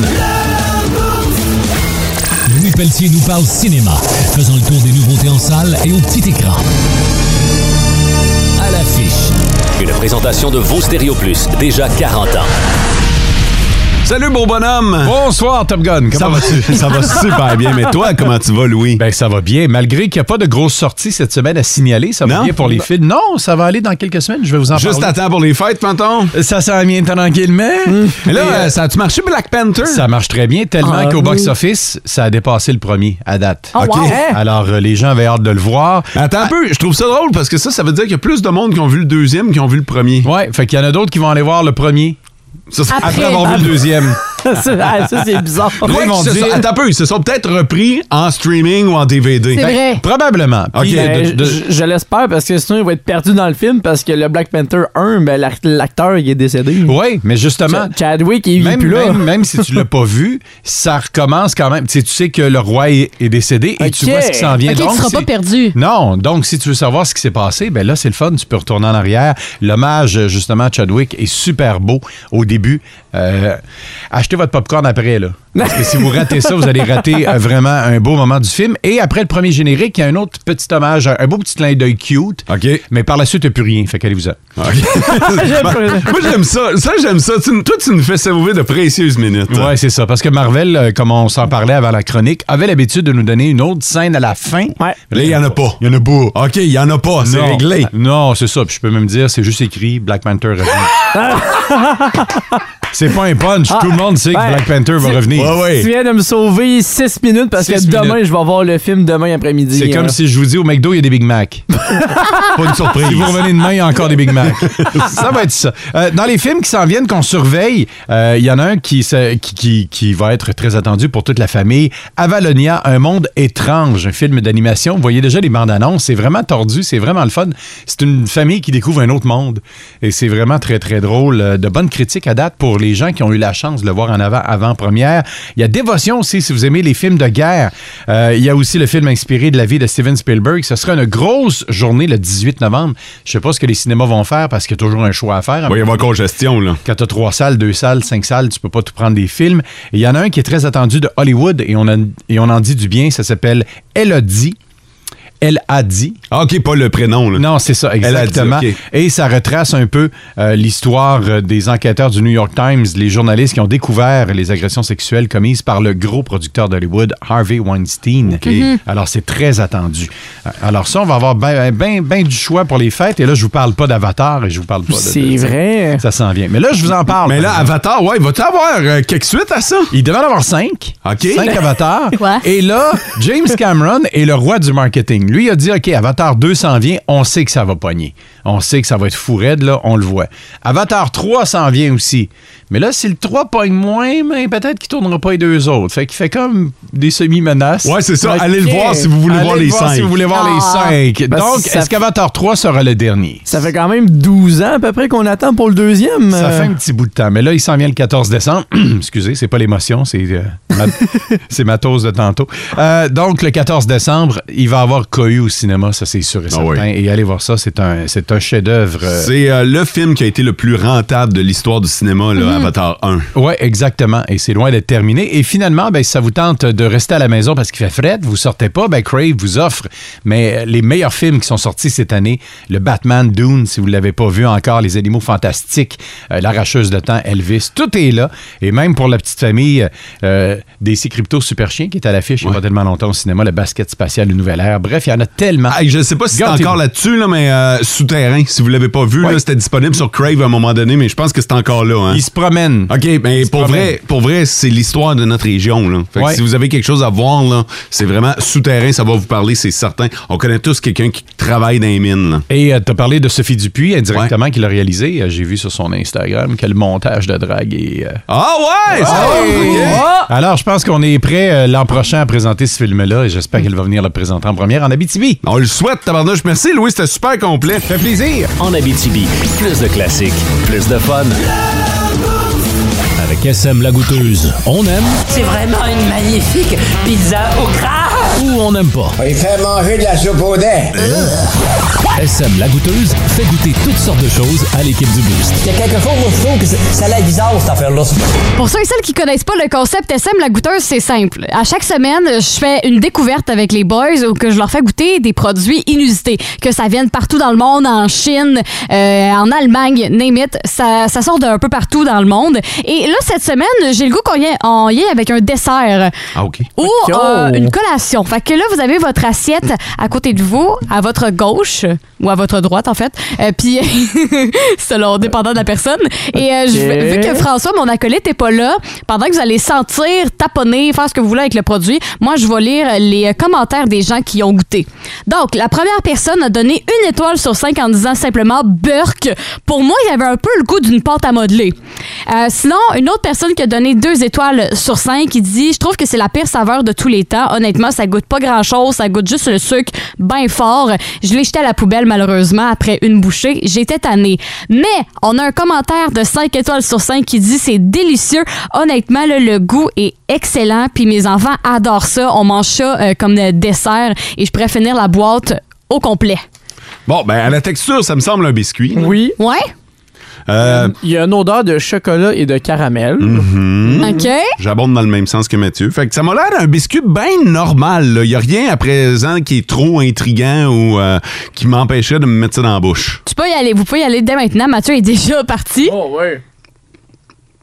Louis Pelletier nous parle cinéma, faisant le tour des nouveautés en salle et au petit écran. À l'affiche. Une présentation de vos Stéréo Plus, déjà 40 ans.
Salut, beau bonhomme!
Bonsoir, Top Gun.
Ça
Comment
va- ça va super bien. Mais toi, comment tu vas, Louis?
Ben, ça va bien. Malgré qu'il n'y a pas de grosses sorties cette semaine à signaler, ça va
Non?
bien pour les films. Non, ça va aller dans quelques semaines. Je vais vous en
Juste
parler.
attends pour les fêtes, Panton.
Ça s'en vient tranquillement.
Mais là,
Et, euh,
euh, ça a-tu marché, Black Panther?
Ça marche très bien, tellement
Ah,
qu'au
oui.
box-office, ça a dépassé le premier à date.
Ah,
Oh, wow.
OK.
Hein?
Alors, euh, les gens avaient hâte de le voir. Ah.
Attends un peu, je trouve ça drôle parce que ça, ça veut dire qu'il y a plus de monde qui ont vu le deuxième qui ont vu le premier.
Ouais, fait qu'il y en a d'autres qui vont aller voir le premier.
Ça, c'est
après.
après.
avoir vu le deuxième.
C'est- ah, ça, c'est bizarre.
Quoi
Là, ils
qu'ils
vont
se
dire-
sont- attends un peu, ils se sont peut-être repris en streaming ou en DVD.
C'est
Ben,
vrai.
Probablement.
OK.
Ben,
de- de-
je je l'espère parce que sinon il va être perdu dans le film parce que le Black Panther 1, ben, l'ac- l'acteur il est décédé.
Oui, mais justement.
Chadwick il est
Même,
plus là.
même- même si tu l'as pas vu, ça recommence quand même. Tu sais, tu sais que le roi est, est décédé et tu
Ok.
vois ce qui s'en vient.
Ok, tu
donc,
seras
c'est-
pas perdu.
Non, donc si tu veux savoir ce qui s'est passé, ben là c'est le fun, tu peux retourner en arrière. L'hommage euh, justement à Chadwick est super beau au début. Euh, achetez votre popcorn après là. Parce que si vous ratez ça, vous allez rater euh, vraiment un beau moment du film. Et après le premier générique, il y a un autre petit hommage, un, un beau petit clin d'œil cute. Mais par la suite, il n'y a plus rien. Fait qu'allez-vous-en.
Moi, j'aime ça. Ça, j'aime ça. Tu- toi, tu nous fais sauver de précieuses minutes.
Ouais, c'est ça. Parce que Marvel, euh, comme on s'en parlait avant la chronique, avait l'habitude de nous donner une autre scène à la fin.
Là, il y en a pas.
Il y en a pas.
OK, il y en a pas. C'est
Non.
réglé.
Non, c'est ça. Puis je peux même dire, c'est juste écrit Black
Ah!
Panther revient. c'est pas un punch. Tout le monde sait que Black Panther va revenir.
Ouais, ouais.
ben, Tu viens de me sauver 6 minutes parce que
Six
demain,
minutes.
je vais voir le film demain après-midi.
C'est comme
hein.
si je vous dis au McDo, il y a des Big Mac. Pas une surprise. Si vous revenez demain, il y a encore des Big Mac. ça va être ça. Euh, dans les films qui s'en viennent, qu'on surveille, euh, il y en a un qui, se- qui, qui- qui va être très attendu pour toute la famille. Avalonia, un monde étrange, un film d'animation. Vous voyez déjà les bandes annonces. C'est vraiment tordu, c'est vraiment le fun. C'est une famille qui découvre un autre monde. Et c'est vraiment très, très drôle. Euh, De bonnes critiques à date pour les gens qui ont eu la chance de le voir en avant, avant-première. Il y a Dévotion aussi, si vous aimez les films de guerre. Euh, il y a aussi le film inspiré de la vie de Steven Spielberg. Ce sera une grosse journée le 18 novembre. Je sais pas ce que les cinémas vont faire parce qu'il y a toujours un choix à faire.
Ouais, il va y avoir congestion, là.
Quand tu as trois salles, deux salles, cinq salles, tu peux pas tout prendre des films. Et il y en a un qui est très attendu de Hollywood et on, a- et on en dit du bien. Ça s'appelle Elodie. Elle a dit.
Ah, OK, pas le prénom.
Non, c'est ça,
Elle a dit,
exactement.
ok.
Et ça retrace un peu euh, l'histoire euh, des enquêteurs du New York Times, les journalistes qui ont découvert les agressions sexuelles commises par le gros producteur d'Hollywood, Harvey Weinstein.
Mhm.
Alors, c'est très attendu. Euh, Alors, ça, on va avoir ben, bien du choix pour les fêtes. Et là, je vous parle pas d'Avatar et je vous parle pas de.
C'est
de-
vrai.
Ça s'en vient. Mais là, je vous en parle.
Mais là, Avatar, ouais, va-tu avoir euh, quelques suites à ça?
Il devait en avoir cinq.
OK.
Cinq avatars. Et là, James Cameron est le roi du marketing. Lui, il a dit OK, Avatar 2 s'en vient, on sait que ça va pogner. On sait que ça va être fou raide, là, on le voit. Avatar 3 s'en vient aussi. Mais là, si le 3 pogne moins, mais peut-être qu'il tournera pas les deux autres. Fait qu'il fait comme des semi-menaces.
Ouais, c'est ça.
Ok.
Allez le voir si vous voulez
Allez
voir
le
les
Si
cinq.
vous voulez voir
Ah.
les cinq.
Parce
Donc,
que ça
est-ce qu'Avatar 3 sera le dernier?
Ça fait quand même 12 ans à peu près qu'on attend pour le deuxième.
Ça
Euh,
fait un petit bout de temps. Mais là, il s'en vient le 14 décembre. Excusez, c'est pas l'émotion, c'est euh, ma, c'est ma dose de tantôt. Euh, donc, le 14 décembre, il va y avoir Cohu au cinéma, ça c'est sûr et certain. Et allez voir ça, c'est un, c'est un chef-d'œuvre. euh,
C'est euh, le film qui a été le plus rentable de l'histoire du cinéma, là,
Mhm.
Avatar 1.
Oui, exactement. Et c'est loin d'être terminé. Et finalement, ben, si ça vous tente de rester à la maison parce qu'il fait fret, vous sortez pas, ben, Crave vous offre. Mais euh, les meilleurs films qui sont sortis cette année, le Batman, Dune, si vous ne l'avez pas vu encore, Les Animaux Fantastiques, euh, L'Arracheuse de Temps, Elvis, tout est là. Et même pour la petite famille euh, des Crypto Super Chien qui est à l'affiche il n'y a pas tellement longtemps au cinéma, le basket spatial, une nouvelle ère. Bref, il y en a tellement.
je sais pas si c'est
Gâtez-vous.
encore là-dessus, là, mais euh, Souterrain, si vous l'avez pas vu, là, c'était disponible sur Crave à un moment donné, mais je pense que c'est encore là. hein.
Il se promène.
OK, mais pour
promène.
vrai, pour vrai, c'est l'histoire de notre région. Là. Fait que
Ouais.
Si vous avez quelque chose à voir, là, c'est vraiment Souterrain, ça va vous parler, c'est certain. On connaît tous quelqu'un qui travaille dans les mines. là.
Et tu as parlé de Sophie Dupuis indirectement qui l'a réalisé. Euh, J'ai vu sur son Instagram quel montage de drague et. euh,
Ah ouais! ça-
Ah! Alors, je pense qu'on est prêt euh, l'an prochain à présenter ce film-là et j'espère qu'elle va venir le présenter en première en Abitibi.
On le souhaite, tabarnouche. Merci, Louis, c'était super complet.
Fait plaisir.
En Abitibi, plus de classiques, plus de fun. Avec SM la goûteuse, on aime
C'est vraiment une magnifique pizza au gras.
ou on n'aime pas.
Il fait manger de la soupe au dents.
SM la goûteuse fait goûter toutes sortes de choses à l'équipe du Boost.
Il y a quelque chose, moi, je trouve que c'est- ça a l'air bizarre, cette affaire-là.
Pour ceux et celles qui connaissent pas le concept SM, la goûteuse, c'est simple. À chaque semaine, je fais une découverte avec les boys où que je leur fais goûter des produits inusités. Que ça vienne partout dans le monde, en Chine, euh, en Allemagne, name it. Ça, ça sort d'un peu partout dans le monde. Et là, cette semaine, j'ai le goût qu'on y ait- on y ait avec un dessert.
Ah, OK. oh!
Ou euh,
Oh.
une collation. Fait que là, vous avez votre assiette à côté de vous, à votre gauche, ou à votre droite, en fait. Euh, Puis, selon, dépendant de la personne. Et euh, je-
Ok.
vu que François, mon acolyte, n'est pas là, pendant que vous allez sentir, taponner, faire ce que vous voulez avec le produit, moi, je vais lire les euh, commentaires des gens qui y ont goûté. Donc, la première personne a donné une étoile sur cinq en disant simplement Burk. Pour moi, il y avait un peu le goût d'une pâte à modeler. Euh, sinon, une autre personne qui a donné deux étoiles sur cinq, qui dit Je trouve que c'est la pire saveur de tous les temps. Honnêtement, ça goûte pas grand chose, ça goûte juste le sucre bien fort. Je l'ai jeté à la poubelle, malheureusement, après une bouchée. J'étais tannée. Mais on a un commentaire de 5 étoiles sur 5 qui dit C'est délicieux. Honnêtement, là, le goût est excellent. Puis mes enfants adorent ça. On mange ça euh, comme euh, dessert et je pourrais finir la boîte au complet.
Bon, ben à la texture, ça me semble un biscuit.
Oui.
Ouais?
Euh,
Il y a une odeur de chocolat et de caramel.
Mhm.
Mm-hmm. OK.
J'abonde dans le même sens que Mathieu. Fait que ça m'a l'air d'un biscuit bien normal. là. Il n'y a rien à présent qui est trop intriguant ou euh, qui m'empêcherait de me mettre ça dans la bouche.
Tu peux y aller. Vous pouvez y aller dès maintenant. Mathieu est déjà parti.
Oh, ouais.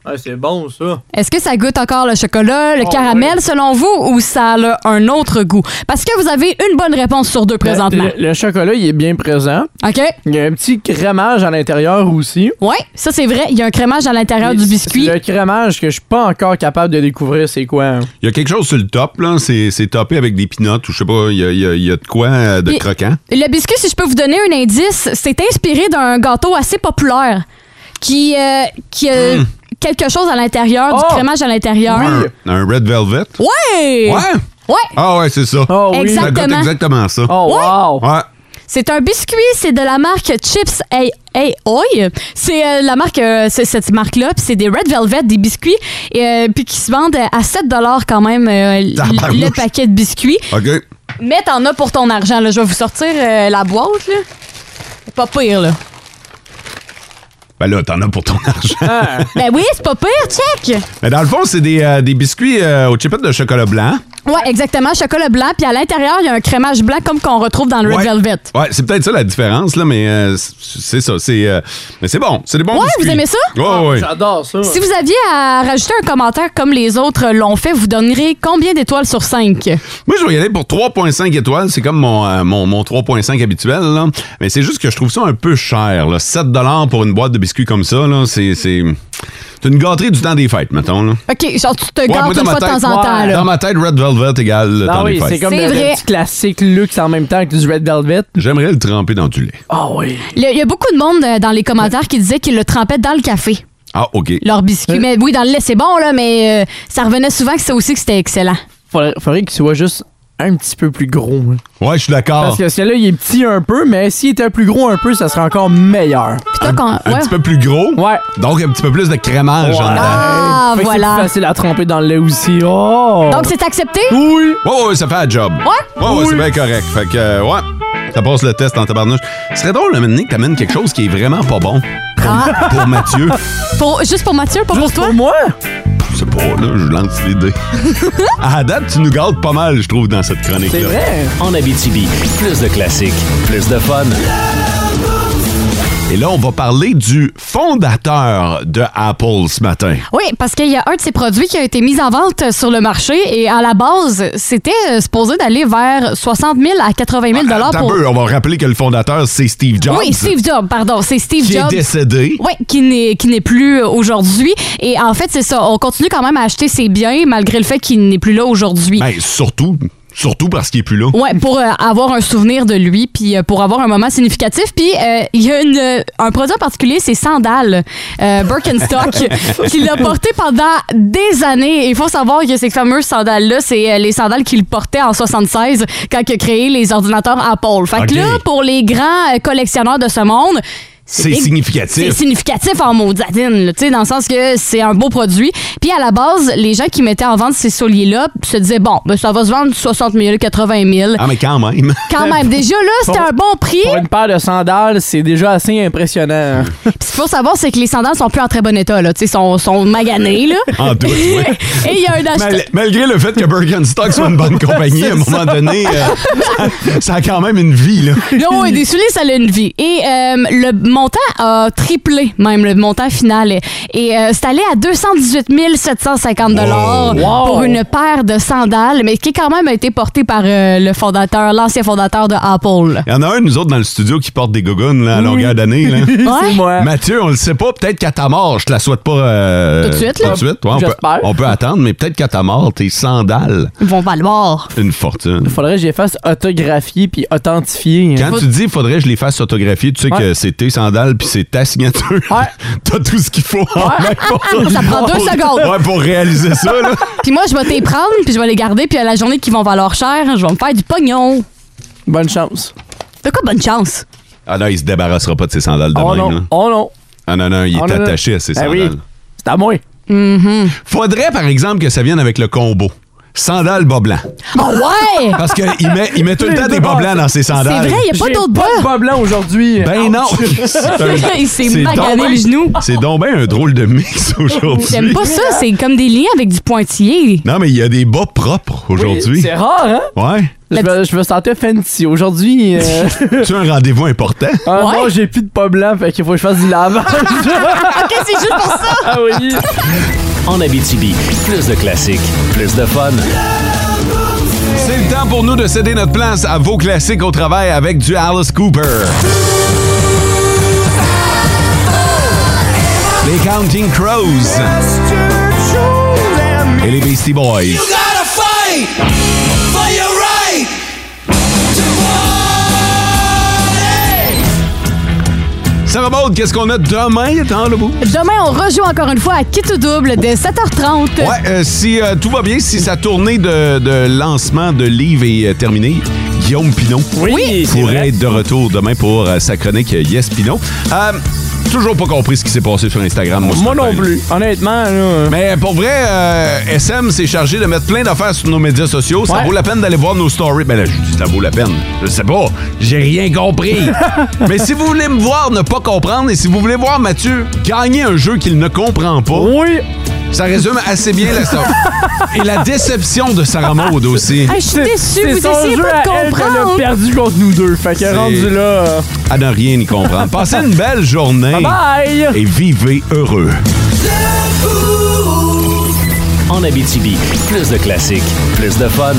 Ah, c'est bon, ça.
Est-ce que ça goûte encore le chocolat, le
Oh,
caramel, selon vous, ou ça a un autre goût? Parce que vous avez une bonne réponse sur deux présentement.
Le, le chocolat, il est bien présent.
OK.
Il y a un petit crémage à l'intérieur aussi.
Ouais, ça c'est vrai. Il y a un crémage à l'intérieur du biscuit.
Le crémage que je suis pas encore capable de découvrir, c'est quoi? hein.
Il y a quelque chose sur le top, là. C'est c'est topé avec des pinottes ou je sais pas. Il y a, il y a- il y a de quoi euh, de
Et-
croquant.
Le biscuit, si je peux vous donner un indice, c'est inspiré d'un gâteau assez populaire qui, euh, qui a quelque chose à l'intérieur, du crémage à l'intérieur.
Un, un red velvet.
Ouais!
Ouais!
Ouais!
Ah ouais, c'est ça.
oui.
Ça goûte
Exactement.
exactement ça.
Oh,
wow!
Ouais.
C'est un biscuit, c'est de la marque Chips Hey Hey Oi. C'est euh, la marque, euh, c'est cette marque-là, puis c'est des Red Velvet, des biscuits, et, euh, puis qui se vendent à 7 quand même euh, l-
Tabarnouche.
le paquet de biscuits.
OK.
Mais t'en as pour ton argent. Là. Je vais vous sortir euh, la boîte. Là. C'est pas pire, là.
Ben là, t'en as pour ton
Ah.
argent.
Ben oui, c'est pas pire, check!
Mais dans le fond, c'est des, euh, des biscuits euh, aux chipettes de chocolat blanc.
Ouais, exactement, chocolat blanc, puis à l'intérieur, il y a un crémage blanc comme qu'on retrouve dans le Red Velvet.
Ouais, c'est peut-être ça la différence, là, mais euh, c- c'est ça. C'est, euh, mais c'est bon. C'est des bons
Ouais,
biscuits.
vous aimez ça?
Ouais, ouais.
J'adore ça.
Si vous aviez à rajouter un commentaire comme les autres l'ont fait, vous donneriez combien d'étoiles sur 5?
Moi, je vais y aller pour 3,5 étoiles. C'est comme mon, euh, mon, mon 3,5 habituel. Là. Mais c'est juste que je trouve ça un peu cher. Là. 7 pour une boîte de biscuits comme ça, là, c'est, c'est... c'est une gâterie du temps des fêtes, mettons. Là.
OK, genre, tu te
Ouais,
gâtes
moi, dans
une
ma
fois de
tête-
temps en temps. Là.
Dans ma tête, Red Velvet égale le
Ah
temps
oui,
des
c'est
fêtes.
comme
C'est
le, le
vrai.
petit classique luxe en même temps que du Red Velvet.
J'aimerais le tremper dans du lait.
Ah oui.
Le- Il y a beaucoup de monde euh, dans les commentaires qui disaient qu'ils le trempaient dans le café,
Ah, OK.
leur biscuit. Mais oui, dans le lait, c'est bon, là, mais euh, ça revenait souvent que c'est aussi que c'était excellent.
Faudrait, faudrait qu'il soit juste un petit peu plus gros. hein.
Ouais, je suis d'accord.
Parce que celui-là, il est petit un peu, mais s'il était plus gros un peu, ça serait encore meilleur.
Putain, quand.
Un petit peu plus gros.
Ouais.
Donc, un petit peu plus de crémage. en
Ah,
Fait que
voilà.
C'est plus facile à tremper dans le lait aussi. Oh!
Donc, c'est accepté?
Oui.
Ouais, ouais, ouais, ça fait un job.
Ouais?
Ouais, ouais,
Oui.
c'est bien correct. Fait que, euh, ouais, ça passe le test en tabarnouche. Ce serait drôle, Dominique, que t'amènes quelque chose qui est vraiment pas bon. Pour,
Ah.
pour Mathieu.
Pour- juste pour Mathieu, pas pour toi? Pour
moi?
Je sais pas, là, je lance l'idée. À date, tu nous gardes pas mal, je trouve, dans cette chronique-là.
C'est vrai. En Abitibi, plus de classiques, plus de fun.
Et là, on va parler du fondateur de Apple ce matin.
Oui, parce qu'il y a un de ces produits qui a été mis en vente euh, sur le marché et à la base, c'était euh, supposé d'aller vers 60 000 à 80 000 dollars
Attends un
pour.
peu, on va rappeler que le fondateur, c'est Steve Jobs.
Oui, Steve Jobs, pardon, c'est Steve
Qui est
Jobs.
décédé.
Oui, qui n'est qui n'est plus euh, aujourd'hui. Et en fait, c'est ça, on continue quand même à acheter ses biens malgré le fait qu'il n'est plus là aujourd'hui.
Ben, surtout, surtout parce qu'il est plus là.
Ouais, pour euh, avoir un souvenir de lui, puis euh, pour avoir un moment significatif. Puis euh, il y a une, euh, un produit en particulier, c'est sandales euh, Birkenstock, qu'il a porté pendant des années. Et Il faut savoir que ces fameuses sandales-là, c'est euh, les sandales qu'il portait en 76 quand il a créé les ordinateurs Apple. Fait
Ok.
que là, pour les grands euh, collectionneurs de ce monde,
C'est
des-
significatif.
C'est significatif en maudadine, là, tu sais, dans le sens que c'est un beau produit. Puis à la base, les gens qui mettaient en vente ces souliers-là se disaient, bon, ben, ça va se vendre 60 000, 80 000.
Ah, mais quand même.
Quand même, déjà là, c'était
Pour-
un bon prix.
Pour une paire de sandales, c'est déjà assez impressionnant.
Puis ce qu'il faut savoir, c'est que les sandales sont plus en très bon état, là. Tu sais, sont, sont maganés, là.
En doute, oui.
Et il y a un acheteur.
Mal- malgré le fait que Birkenstock soit une bonne compagnie, à un
C'est ça.
moment donné, euh, ça, ça a quand même une vie. Là.
Non, oui, des souliers, ça a une vie. Et euh, le montant a triplé, même le montant final. Et euh, c'est allé à 218 750 dollars
Oh, Wow.
pour une paire de sandales, mais qui quand même a été portée par euh, le fondateur, l'ancien fondateur de Apple.
Il y en a un, nous autres, dans le studio qui porte des gogoons là, à longueur d'année. là.
C'est moi.
Mathieu, on le sait pas. Peut-être qu'à ta mort, je te la souhaite pas. euh,
Tout de suite, là.
Tout de suite. ouais, on, peut,
J'espère.
on peut attendre, mais peut-être qu'à ta mort, tes sandales,
Ils vont valoir.
une fortune.
Faudrait que j'y fasse autographier puis authentifier. hein.
Quand tu dis faudrait que je les fasse autographier, tu sais
Ouais.
que c'est tes sandales puis c'est ta signature. T'as tout ce qu'il faut. en
Ouais.
main pour-
Ça prend deux secondes.
Ouais, pour réaliser ça. Là.
Puis moi, je vais t'y prendre, puis je vais les garder, puis à la journée qu'ils vont valoir cher, je vais me faire du pognon.
Bonne chance.
De quoi bonne chance?
Ah non, il se débarrassera pas de ses sandales de
Oh
même.
non,
là.
oh non.
Ah non, non, il
Oh
est
non, non.
attaché à ses
Ben
sandales.
oui. C'est à moi.
Mm-hmm.
Faudrait, par exemple, que ça vienne avec le combo. Sandales bas blanc.
Oh ouais!
Parce qu'il met, il met tout le temps des bas blancs dans ses sandales.
J'ai pas de bas blanc aujourd'hui.
Ben non!
un- Il s'est
c'est
magané
donc-
les genoux.
C'est donc bien un drôle de mix aujourd'hui.
J'aime pas ça, c'est comme des liens avec du pointillé.
Non, mais il y a des bas propres aujourd'hui.
c'est rare, hein?
Ouais.
Je me, je me sentais fancy. Aujourd'hui. euh,
tu as un rendez-vous important?
ah, Non, j'ai plus de pas blanc, fait qu'il faut que je fasse du lavage.
Ok, c'est juste pour ça.
Ah oui.
En Abitibi, plus de classiques, plus de fun.
C'est le temps pour nous de céder notre place à vos classiques au travail avec du Alice Cooper. Les Counting Crows. Et les Beastie Boys.
gotta fight for your right to
Sarah Maud, qu'est-ce qu'on a demain dans le bout?
Demain, on rejoue encore une fois à Quitte au double dès 7h30.
Ouais, euh, si euh, tout va bien, si sa tournée de, de lancement de livre est euh, terminée, Guillaume Pinot
Oui, c'est
pourrait
vrai.
être de retour demain pour euh, sa chronique Yes Pinot. Euh, toujours pas compris ce qui s'est passé sur Instagram. Moi, ce
Moi
matin,
non
là.
plus, honnêtement. là.
Mais pour vrai, euh, SM s'est chargé de mettre plein d'affaires sur nos médias sociaux. Ça
Ouais.
vaut la peine d'aller voir nos stories. Ben là, je dis ça vaut la peine. Je sais pas. J'ai rien compris. Mais si vous voulez me voir ne pas comprendre et si vous voulez voir Mathieu gagner un jeu qu'il ne comprend pas.
Oui.
Ça résume assez bien la story. et la déception de Sarah Maud aussi.
Hey, je suis
C'est-
déçue,
c'est
vous
son
essayez
jeu
pas de
à elle qu'elle a
comprendre.
perdu contre nous deux. Fait que
C'est-
rendu là. euh,
À ne rien y comprendre. Passez une belle journée.
Bye-bye.
Et vivez heureux.
En Abitibi, plus de classiques, plus de fun.